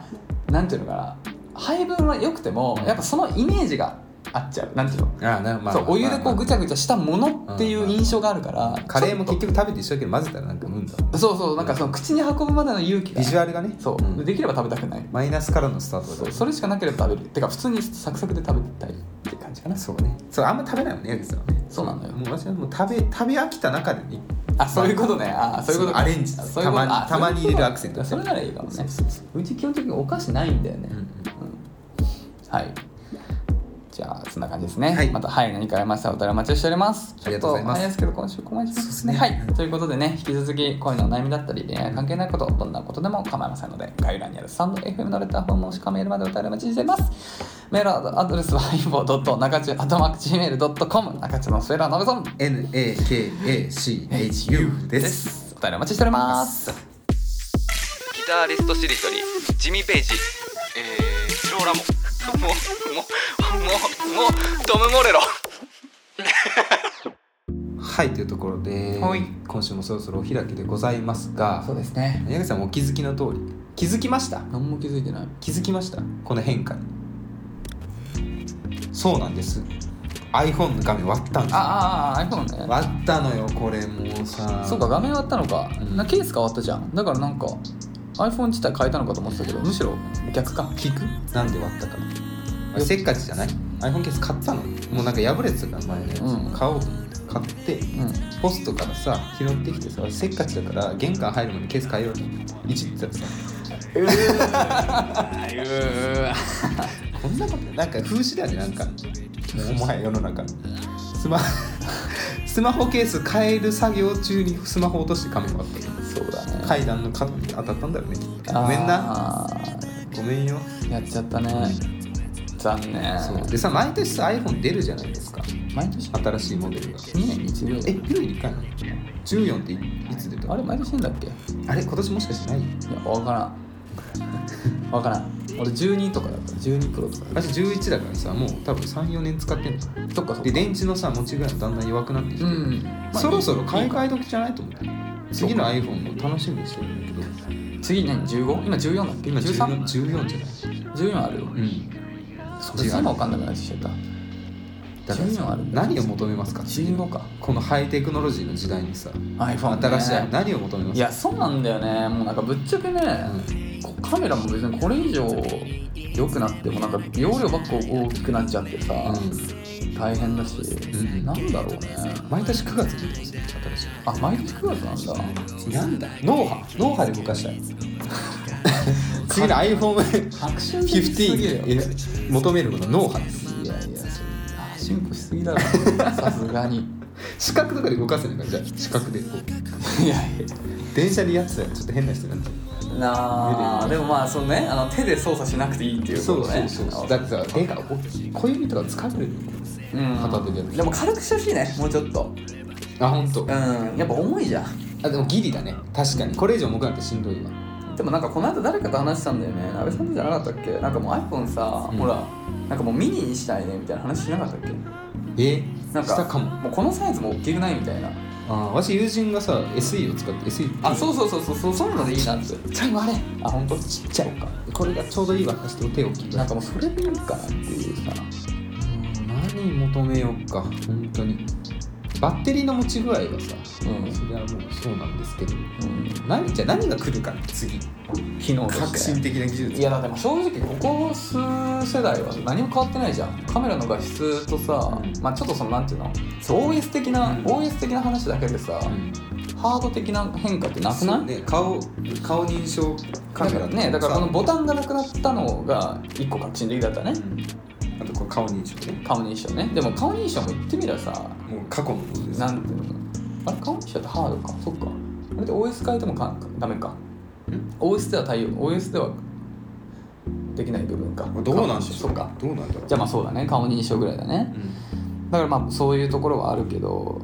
Speaker 2: なんていうのかな配分は良くてもやっぱそのイメージが合っちゃうなんていうの
Speaker 1: ああなまあ
Speaker 2: そうお湯でこう
Speaker 1: まあまあ
Speaker 2: ぐちゃぐちゃしたものっていう印象があるから、
Speaker 1: カレーも
Speaker 2: ちょっ
Speaker 1: 結局食べて一生懸命混ぜたらなんかうんだ
Speaker 2: とそうそうなんかその口に運ぶまでの勇気が
Speaker 1: ビジュアルがね
Speaker 2: そう、
Speaker 1: ん
Speaker 2: できれば食べたくない
Speaker 1: マイナスからのスタートだ
Speaker 2: そうそれしかなければ食べるてか普通にサクサクで食べたいって感じかな
Speaker 1: そうねそうあんま食べないもんね矢口さんはね
Speaker 2: そうなのよ
Speaker 1: もう私はもう食べ食べ飽きた中でね
Speaker 2: あそういうことねあそういうこと
Speaker 1: アレンジ
Speaker 2: あそういうこ
Speaker 1: たま
Speaker 2: と
Speaker 1: に
Speaker 2: あ
Speaker 1: たまに入れるアクセント
Speaker 2: あそれならいいかもね
Speaker 1: そううそう
Speaker 2: ち基本的にお菓子ないんだよね、
Speaker 1: うんうん
Speaker 2: はいじじゃあそんな感じですね、
Speaker 1: はい
Speaker 2: またはい何かありましたらお便りお待ちしておりますち
Speaker 1: あ
Speaker 2: ょ
Speaker 1: り
Speaker 2: っ
Speaker 1: がとうご
Speaker 2: と
Speaker 1: ざいます
Speaker 2: あれですけど今週ここまでにします
Speaker 1: そうですね
Speaker 2: はいということでね引き続き恋のお悩みだったり恋愛関係ないことどんなことでも構いませんので概要欄にあるスタンド FM のレターフォームもしくはメールまでお便りお待ちしていますメールアドレスは info.nakachu.gmail.com 中中のスペラーのべそん
Speaker 1: NAKACHU です
Speaker 2: お便りお待ちしておりますギタリストしりとりジミー・ペイジえー、スローラモもうもうもうもうトム・モレロ
Speaker 1: はいというところで、
Speaker 2: はい
Speaker 1: 今週もそろそろお開きでございますが
Speaker 2: そうですね
Speaker 1: 矢口さんもお気づきの通り気づきました
Speaker 2: 何も気づいてない
Speaker 1: 気づきましたこの変化にそうなんです iPhone の画面割ったんですよ
Speaker 2: あああ iPhone ね
Speaker 1: 割ったのよこれもうさ
Speaker 2: そうか画面割ったのか
Speaker 1: うん
Speaker 2: なケース変わったじゃんだからなんか iPhone 自体変えたのかと思ってたけどむしろ逆か
Speaker 1: 聞くなんで割ったかせっかちじゃない iPhone ケース買ったのもうなんか破れてたから前のやつ、
Speaker 2: うん
Speaker 1: 買おうと思って買って
Speaker 2: うん
Speaker 1: ポストからさ拾ってきてさせっかちだから玄関入る前にケース変えようと思っていじってたらさこんなことなんか風刺だよねなんかもうもはや世の中スマ スマホケース変える作業中にスマホ落として画面割ってる
Speaker 2: そうだね
Speaker 1: 階段の角に当たったんだよねごめんな
Speaker 2: あー
Speaker 1: ごめんよ
Speaker 2: やっちゃったね残念
Speaker 1: そうでさ毎年さ iPhone 出るじゃないですか
Speaker 2: 毎年
Speaker 1: 新しいモデルが
Speaker 2: 2年に一度
Speaker 1: え年に1回なの14っていいつ出た
Speaker 2: あれ毎年なんだっけい
Speaker 1: あれ今年もしかしてない
Speaker 2: や分からん 分からん俺12とかだった12プロとかだっ
Speaker 1: 私11だからさもう多分34年使ってんの
Speaker 2: たそっかそっ
Speaker 1: で
Speaker 2: か
Speaker 1: 電池のさ持ち具合もだんだん弱くなってきて、
Speaker 2: うん、
Speaker 1: そろそろ買
Speaker 2: 海
Speaker 1: い替
Speaker 2: 外
Speaker 1: え時じゃないと思って次の iPhone を楽しみにしてるんだけど
Speaker 2: 次何 15? 今14だっけ
Speaker 1: 今 14,
Speaker 2: 13?14
Speaker 1: 14じゃない
Speaker 2: あるよ
Speaker 1: うん
Speaker 2: それさも分かんなくなってきちゃった
Speaker 1: だから
Speaker 2: 14あ
Speaker 1: さ
Speaker 2: るんだ
Speaker 1: 何を求めますか
Speaker 2: 15か
Speaker 1: このハイテクノロジーの時代にさ
Speaker 2: iPhone、ね、
Speaker 1: 新しい iPhone 何を求めま
Speaker 2: い
Speaker 1: すか
Speaker 2: やそうなんだよねもうなんかぶっちゃけね、こカメラも別にこれ以上良くなってもなんか容量ばっか大きくなっちゃってさ、大変だし、
Speaker 1: ん
Speaker 2: なんだろうね
Speaker 1: 毎年9月に出てますね新しい
Speaker 2: あ毎日9月なんだ
Speaker 1: なんだ脳波脳波で動かした い次の iPhone
Speaker 2: 革新的すぎるよいやいや
Speaker 1: 15求めるものは脳波です
Speaker 2: それあ進歩しすぎだろ さすがに
Speaker 1: 視覚とかで動かせないからじゃあ視覚でこう
Speaker 2: いやい
Speaker 1: 電車でやってたらちょっと変な人になっちゃう
Speaker 2: やなあでもまあそうねあの手で操作しなくていいっていう
Speaker 1: そ
Speaker 2: こ
Speaker 1: う
Speaker 2: とね
Speaker 1: そうそうだってさ手がこう小指とか疲れるよ
Speaker 2: うん
Speaker 1: 片手でやる
Speaker 2: でも軽くしてほしいねもうちょっと
Speaker 1: あ本当
Speaker 2: うん。やっぱ重いじゃん
Speaker 1: あでもギリだね確かにこれ以上重くなってしんどいわ
Speaker 2: でもなんかこの間誰かと話したんだよね阿部さんとじゃなかったっけなんかもう iPhone さ、
Speaker 1: うん
Speaker 2: ほらなんかもうミニにしたいねみたいな話しなかったっけ
Speaker 1: え
Speaker 2: なん
Speaker 1: したかも
Speaker 2: もうこのサイズも大きくないみたいな
Speaker 1: あわし友人がさ SE を使って SE
Speaker 2: あそうそうそうそうそうそういうのでいいなってちゃいあれあ本当ちっちゃいか
Speaker 1: これがちょうどいいわ私と手を切る
Speaker 2: なんかもうそれでいいかなっていうさ
Speaker 1: うん何求めようか本当にバッテリーの持ち具合はさ、
Speaker 2: うん
Speaker 1: それはもうそうなんですけど
Speaker 2: うん
Speaker 1: 何じゃあ何が来るか次
Speaker 2: 機能として
Speaker 1: 的な技術
Speaker 2: いやだってもう正直ここ数世代は何も変わってないじゃんカメラの画質とさ、
Speaker 1: うん
Speaker 2: まあちょっとそのなんていうのそう OS 的な、
Speaker 1: うん
Speaker 2: OS 的な話だけでさ、
Speaker 1: うん
Speaker 2: ハード的な変化ってなく
Speaker 1: そ
Speaker 2: な
Speaker 1: う
Speaker 2: い
Speaker 1: ね顔顔認証カメラと
Speaker 2: ねだからこ
Speaker 1: さ
Speaker 2: のボタンがなくなったのが一個革新的だったね、
Speaker 1: うんあとこれ顔認証ね
Speaker 2: 顔認証ねでも顔認証も言ってみりゃさ
Speaker 1: もう過去のものです
Speaker 2: なんていうのあれ顔認証ってハードかそっかあれで OS 変えてもかダメか OS では対応 OS ではできない部分か
Speaker 1: どうなんでしょう
Speaker 2: そっか
Speaker 1: どうなんだろう
Speaker 2: じゃあまあそうだね顔認証ぐらいだねだからまあそういうところはあるけど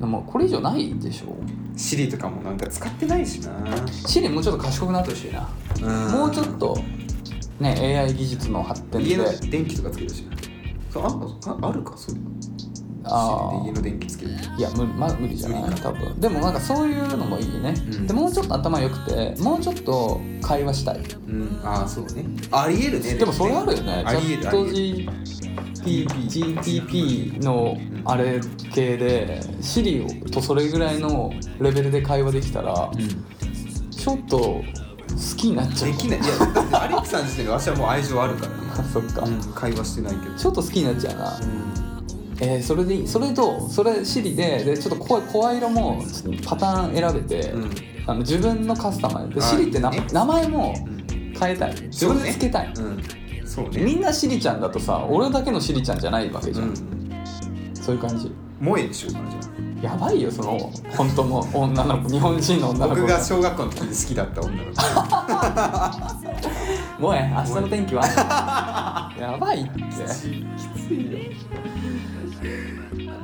Speaker 2: でもこれ以上ないでしょ
Speaker 1: シリとかもなんか使ってないしな
Speaker 2: シリもうちょっと賢くなってほしいなもうちょっとね AI 技術の発展で
Speaker 1: 家の電気とかつけるしなそうあああるかそれ
Speaker 2: あー
Speaker 1: シリで家の電気つける
Speaker 2: いや無理,、まあ、無理じゃない
Speaker 1: 無理
Speaker 2: 多分でもなんかそういうのもいいね、
Speaker 1: うん
Speaker 2: でもうちょっと頭良くてもうちょっと会話したい
Speaker 1: うんああそうねありえるね
Speaker 2: でもそれあるよね
Speaker 1: ありえる
Speaker 2: チャ
Speaker 1: あ
Speaker 2: ッ
Speaker 1: り
Speaker 2: ト
Speaker 1: える
Speaker 2: GTP のあれ系で Siri とそれぐらいのレベルで会話できたらちょっと好きになっちゃう
Speaker 1: できないいやだってアレクさん自体が私はもう愛情あるからね
Speaker 2: あ そっか、
Speaker 1: うん会話してないけど
Speaker 2: ちょっと好きになっちゃうな、
Speaker 1: うん
Speaker 2: えーそれでいいそれとそれ Siri ででちょっと声声色もちょっとパターン選べて、
Speaker 1: うん
Speaker 2: あの自分のカスタマイズで
Speaker 1: あ
Speaker 2: Siri ってな
Speaker 1: ね
Speaker 2: 名前も
Speaker 1: うん
Speaker 2: 変えたい自分でつけたい、
Speaker 1: うんそうね
Speaker 2: みんなシリちゃんだとさ俺だけのシリちゃんじゃないわけじ
Speaker 1: う
Speaker 2: ゃん、
Speaker 1: ん
Speaker 2: そういう感じ
Speaker 1: 萌えにしようかなじゃあ
Speaker 2: やばいよその本当の女の子日本人の女の子
Speaker 1: 僕が小学校の時に好きだった女の子
Speaker 2: もうえ明日の天気は やばいって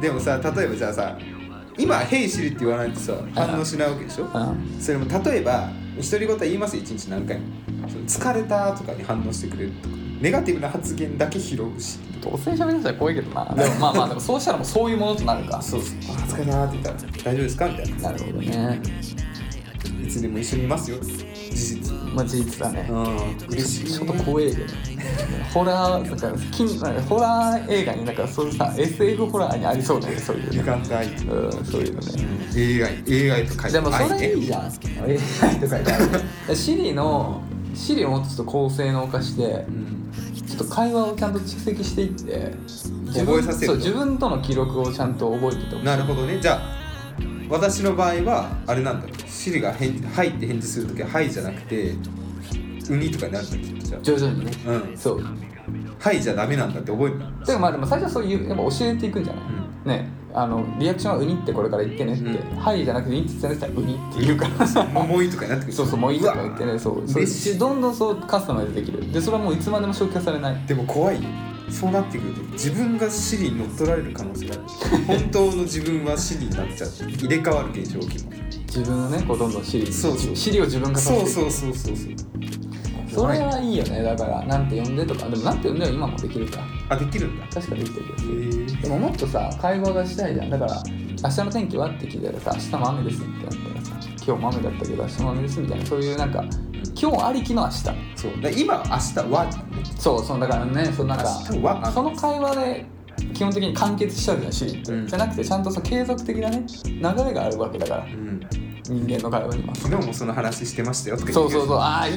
Speaker 1: でもさ例えばじゃあさ今「ヘイシリ」って言わないとさ反応しないわけでしょ
Speaker 2: うん
Speaker 1: それも例えば独り言言います一日何回もその疲れたとかに反応してくれるとかネガティブな発言だけ拾うし
Speaker 2: どうせ喋りなさい怖いけどなでもまあまあでもそうしたらもうそういうものとなるか
Speaker 1: そうそうあ疲れたって言ったら「大丈夫ですか?」みたいな
Speaker 2: なるほどね
Speaker 1: いつでも一緒にいますよ事実
Speaker 2: まあ事実だね
Speaker 1: うん嬉しい
Speaker 2: ちょっと怖えけどホラーなんか近なんかホラー映画になんかそういうさ SF ホラーにありそうだよねそういうね
Speaker 1: 歪んだ愛と
Speaker 2: うんそういうのね
Speaker 1: AI AI と書いて
Speaker 2: でもそれいい
Speaker 1: ね
Speaker 2: じゃん AI とか言って シリのシリをもっとちょっと高性能化して
Speaker 1: うん
Speaker 2: ちょっと会話をちゃんと蓄積していって
Speaker 1: 覚
Speaker 2: 自
Speaker 1: え
Speaker 2: 分
Speaker 1: させる
Speaker 2: そう自分との記録をちゃんと覚えててほしい
Speaker 1: なるほどねじゃあ私の場合はあれなんだろうシリが返事「はい」って返事するときは「はい」じゃなくて「うに」とかになるんだきっとじゃ
Speaker 2: 徐々にね
Speaker 1: あうん
Speaker 2: そ
Speaker 1: 「
Speaker 2: う
Speaker 1: はい」じゃダメなんだって覚えるの
Speaker 2: でもまあでも最初はそういうやっぱ教えていくんじゃない、ねあのリアクションはウニってこれから言ってねって、
Speaker 1: うん
Speaker 2: はいじゃなくてウニって言ってたらウニって言うからさ
Speaker 1: ももういいとかになってくる
Speaker 2: そうそうもういいとか言ってねそうそう
Speaker 1: 嬉しい
Speaker 2: どんどんそうカスタマイズできるでそれはもういつまでも消去されない
Speaker 1: でも怖いよそうなってくると自分がシリに乗っ取られる可能性がある本当の自分はシリになっちゃって入れ替わる現象が起きま
Speaker 2: 自分をねこうどんどんシリ
Speaker 1: そうそう
Speaker 2: シリを自分が
Speaker 1: す
Speaker 2: させて
Speaker 1: そ
Speaker 2: いうく
Speaker 1: そうそうそうそう
Speaker 2: それはいいよねだからなんて呼んでとかでもなんて呼んでは今もできるか
Speaker 1: あできるんだへ
Speaker 2: 確かできてるけど
Speaker 1: え
Speaker 2: でももっとさ会話がしたいじゃんだから明日の天気はって聞いたらさ明日も雨ですってなったらさ今日も雨だったけど明日も雨ですみたいなそういうなんか今日ありきの明日
Speaker 1: そうだから今は明日はだね
Speaker 2: そうそうだからねそのなんか
Speaker 1: 明日は
Speaker 2: その会話で基本的に完結しちゃうじゃんシリって、
Speaker 1: うん
Speaker 2: じゃなくてちゃんとさ継続的なね流れがあるわけだから
Speaker 1: うん
Speaker 2: 人間の会話には
Speaker 1: 昨日もその話してましたよとか
Speaker 2: そうそうそううああい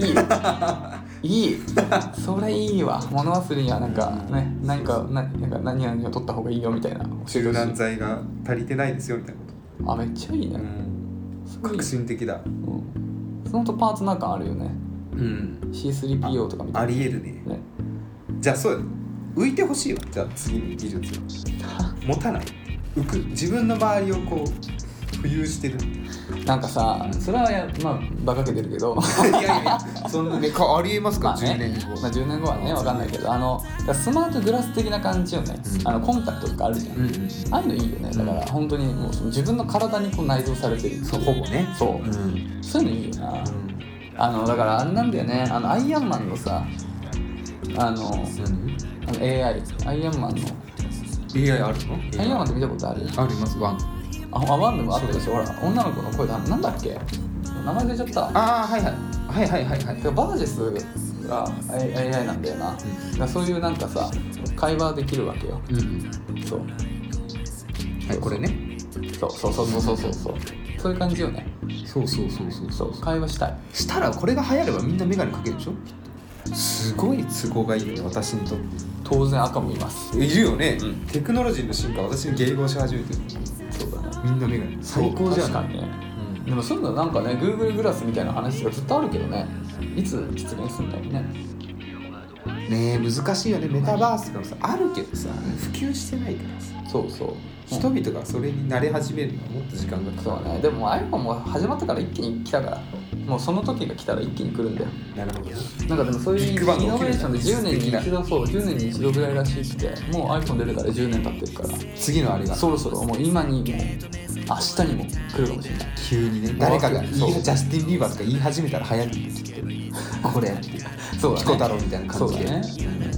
Speaker 2: い いいそれいいわ物忘れにはなんかね何かななんか何々を取った方がいいよみたいな教えてほしい
Speaker 1: 柔軟剤が足りてないですよみたいなこ
Speaker 2: あめっちゃいい
Speaker 1: と、
Speaker 2: ね、すごい
Speaker 1: 革新的だ
Speaker 2: うん、そのとパートナー感あるよね
Speaker 1: うん
Speaker 2: C3PO とかみた
Speaker 1: あ
Speaker 2: い
Speaker 1: りえるね
Speaker 2: なね
Speaker 1: じゃあそう浮いてほしいわじゃあ次の技術持たない浮く自分の周りをこう浮遊してるい
Speaker 2: なんかさそれはやまあ馬鹿げてるけど
Speaker 1: やいやいやそんなねかありえます か
Speaker 2: まあ
Speaker 1: 10
Speaker 2: ね
Speaker 1: 年後、
Speaker 2: まあ、10年後はねわかんないけどあのだからスマートグラス的な感じよね、
Speaker 1: うん
Speaker 2: あのコンタクトとかあるじゃん、
Speaker 1: うんうん
Speaker 2: ああいうのいいよねだから本当にもうその自分の体にこう内蔵されてる
Speaker 1: そうほぼね
Speaker 2: そう、
Speaker 1: うんうん
Speaker 2: そういうのいいよなあのだからあれなんだよねあのアイアンマンのさあのあの AI アイアンマンの
Speaker 1: AI あるの
Speaker 2: アイアンマンって見たことある
Speaker 1: ありますワン
Speaker 2: あ、あワンでもあったでしょ、ほら、女の子の声だ、なんだっけ名前出ちゃった。
Speaker 1: ああはいはいはいはいはいはい
Speaker 2: でバージェスが AI AI なんだよな。だからそういうなんかさ、会話できるわけよ。
Speaker 1: うんうん
Speaker 2: そう。
Speaker 1: はいこれね
Speaker 2: そうそうそうそうそうそうそう。そういう感じよね。
Speaker 1: そうそうそうそう
Speaker 2: そう、会話したい。
Speaker 1: したらこれが流行ればみんな眼鏡かけるでしょすごい都合がいいよね私にとって
Speaker 2: 当然赤もいます。
Speaker 1: いるよね、
Speaker 2: うん
Speaker 1: テクノロジーの進化は私に迎合し始めてる
Speaker 2: そうだね。
Speaker 1: みんな眼鏡最高じゃ
Speaker 2: 確
Speaker 1: な
Speaker 2: か
Speaker 1: い
Speaker 2: にね。でもそういうのなんかね、Google グラスみたいな話がずっとあるけどね、いつ実現するんだよね。
Speaker 1: うんねえ難しいよねメタバースとかもさあるけどさ普及してないからさ
Speaker 2: そうそう。
Speaker 1: 人々がそれに慣れ始めるのはもっと時間がか
Speaker 2: そ
Speaker 1: か
Speaker 2: うね、でも iPhone も始まったから一気に来たから、もうその時が来たら一気に来るんだよ。
Speaker 1: るなるほど
Speaker 2: なんかでもそういう
Speaker 1: ビ
Speaker 2: イ
Speaker 1: ッグバンが
Speaker 2: ノ
Speaker 1: 起き
Speaker 2: ベ
Speaker 1: る
Speaker 2: ーションで10年に一度そう10年に一度ぐらいらしいってもう iPhone 出れたら10年経ってるから
Speaker 1: 次のあれが
Speaker 2: そろそろもう今にも明日にも来るかもしれない
Speaker 1: 急にね誰かが言い
Speaker 2: そう
Speaker 1: ジャスティン・ビーバーとか言い始めたら流行るんですけどこれって
Speaker 2: そうだね
Speaker 1: ピコ太郎みたいな感じで
Speaker 2: そうだね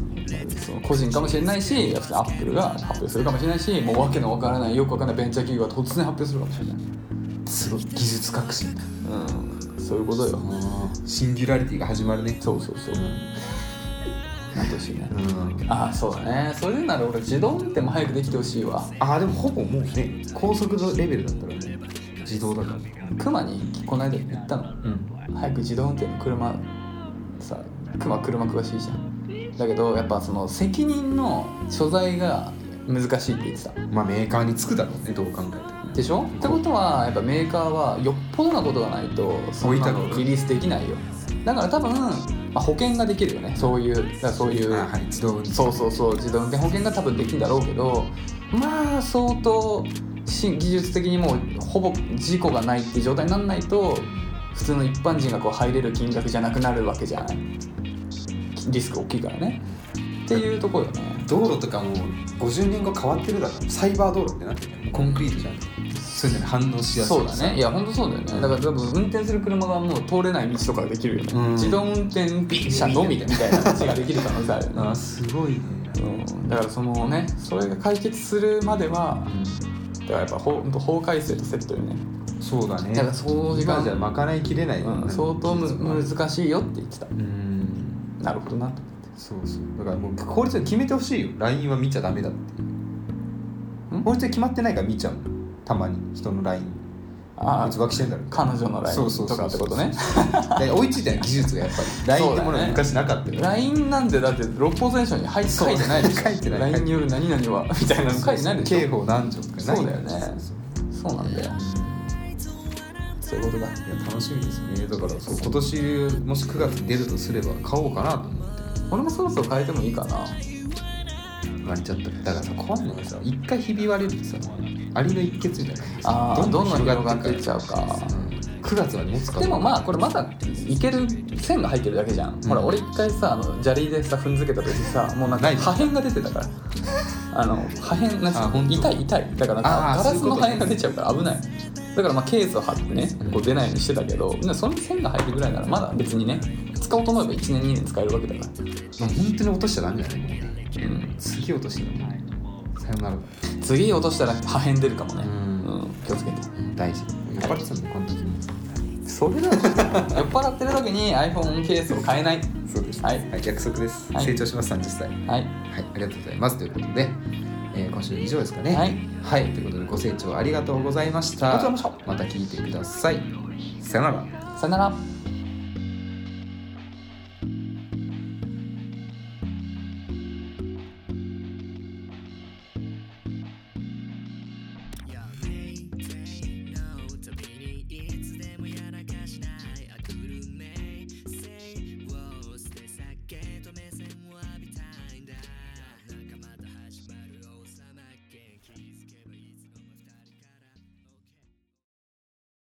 Speaker 2: その個人かもしれないしアップルが発表するかもしれないしもう訳のわからないよくわからないベンチャー企業が突然発表するかもしれない
Speaker 1: すごい技術革新だ
Speaker 2: うんそういうことよ
Speaker 1: シンギュラリティが始まるね
Speaker 2: そうそうそうなってほしいね
Speaker 1: うん
Speaker 2: ああそうだねそれなら俺自動運転も早くできてほしいわ
Speaker 1: ああでもほぼもうね高速度レベルだったらね自動だからね
Speaker 2: 熊にこの間行ったの
Speaker 1: うん
Speaker 2: 早く自動運転の車さ熊車詳しいじゃんだけどやっぱその責任の所在が難しいって言ってた
Speaker 1: まあメーカーにつくだろうねどう考えても
Speaker 2: でしょってことはやっぱメーカーはよっぽどなことがないとそんな
Speaker 1: 置い
Speaker 2: の
Speaker 1: たの
Speaker 2: リリースできないよだから多分まあ、保険ができるよねそういうだからそういう、
Speaker 1: あはい自動運転
Speaker 2: そうそうそう自動運転保険が多分できるんだろうけどまあ相当し技術的にもうほぼ事故がないっていう状態にならないと普通の一般人がこう入れる金額じゃなくなるわけじゃないリスク大きいからねっていうところよね
Speaker 1: 道路とかも50年後変わってるだろサイバー道路ってなってるよもうコンクリートじゃんそういうのに反応しやすい
Speaker 2: そうだねいや本当そうだよねだから多分運転する車がもう通れない道とかができるよね、
Speaker 1: うん
Speaker 2: 自動運転車のみみたいな道ができる可能性あるよね
Speaker 1: あすごいね、
Speaker 2: うんだからそのねそれが解決するまではだからやっぱ法法改正とセットよね、
Speaker 1: そうだね
Speaker 2: だからそう
Speaker 1: 今じゃ賄いきれないよね、
Speaker 2: うん、相当む難しいよって言ってた
Speaker 1: うん
Speaker 2: なるほどなと
Speaker 1: そうそうだからもう法律で決めてほしいよ LINE は見ちゃダメだって
Speaker 2: ん
Speaker 1: 法律で決まってないから見ちゃうのたまに人の LINE
Speaker 2: ああ
Speaker 1: 別浮気してんだろ
Speaker 2: 彼女の LINE とかってことね
Speaker 1: で追いついた技術がやっぱ り LINE ってものは昔なかったよ
Speaker 2: LINE なんでだって六法全書に入って書いてないでしょ
Speaker 1: 書いてない
Speaker 2: LINE による何々はみたいなの書いてないでしょ
Speaker 1: 刑法何条とかない
Speaker 2: そうだよねそうなんだよそういうことだ
Speaker 1: いや楽しみですねだからそう今年もし9月に出るとすれば買おうかなと思って
Speaker 2: 俺もそろそろ変えてもいいかな
Speaker 1: 割れちゃっただからさ怖いのがさ一回ひび割れるとさアリの一欠みたいな
Speaker 2: あーどんどん広がっていっ
Speaker 1: く
Speaker 2: ちゃうか
Speaker 1: 9月まで持つか
Speaker 2: でもまあこれまだいける線が入ってるだけじゃん、ほら俺一回さあの砂利でさ踏んづけた時さもうなんか
Speaker 1: ない
Speaker 2: 破片が出てたからあの破片なん
Speaker 1: あ
Speaker 2: か
Speaker 1: 本当
Speaker 2: 痛い痛いだからなん
Speaker 1: あ
Speaker 2: か
Speaker 1: ー
Speaker 2: ガラス
Speaker 1: そういうこ
Speaker 2: の
Speaker 1: と
Speaker 2: 破片が出ちゃうから危ないだからまあケースを貼ってねこう出ないようにしてたけどでもその線が入ってるぐらいならまだ別にね使おうと思えば1年2年使えるわけだか
Speaker 1: まあ本当に落としちゃダメだね
Speaker 2: ら、うん、
Speaker 1: 次落としてダメさよならだ
Speaker 2: 次落としたら破片出るかもね、
Speaker 1: う
Speaker 2: うんん気をつけて
Speaker 1: 大事酔っ払ってたんだこの時に
Speaker 2: それだ 酔っ払ってる時に iPhone ケースを変えない
Speaker 1: そうです
Speaker 2: はい
Speaker 1: はい、約束です、
Speaker 2: はい
Speaker 1: 成長します30歳はい
Speaker 2: はい
Speaker 1: ありがとうございますということで、えー今週以上ですかね
Speaker 2: はい、
Speaker 1: はいということでご清聴ありがとうございました
Speaker 2: ありがとうございま
Speaker 1: また聞いてくださいさよなら
Speaker 2: さよなら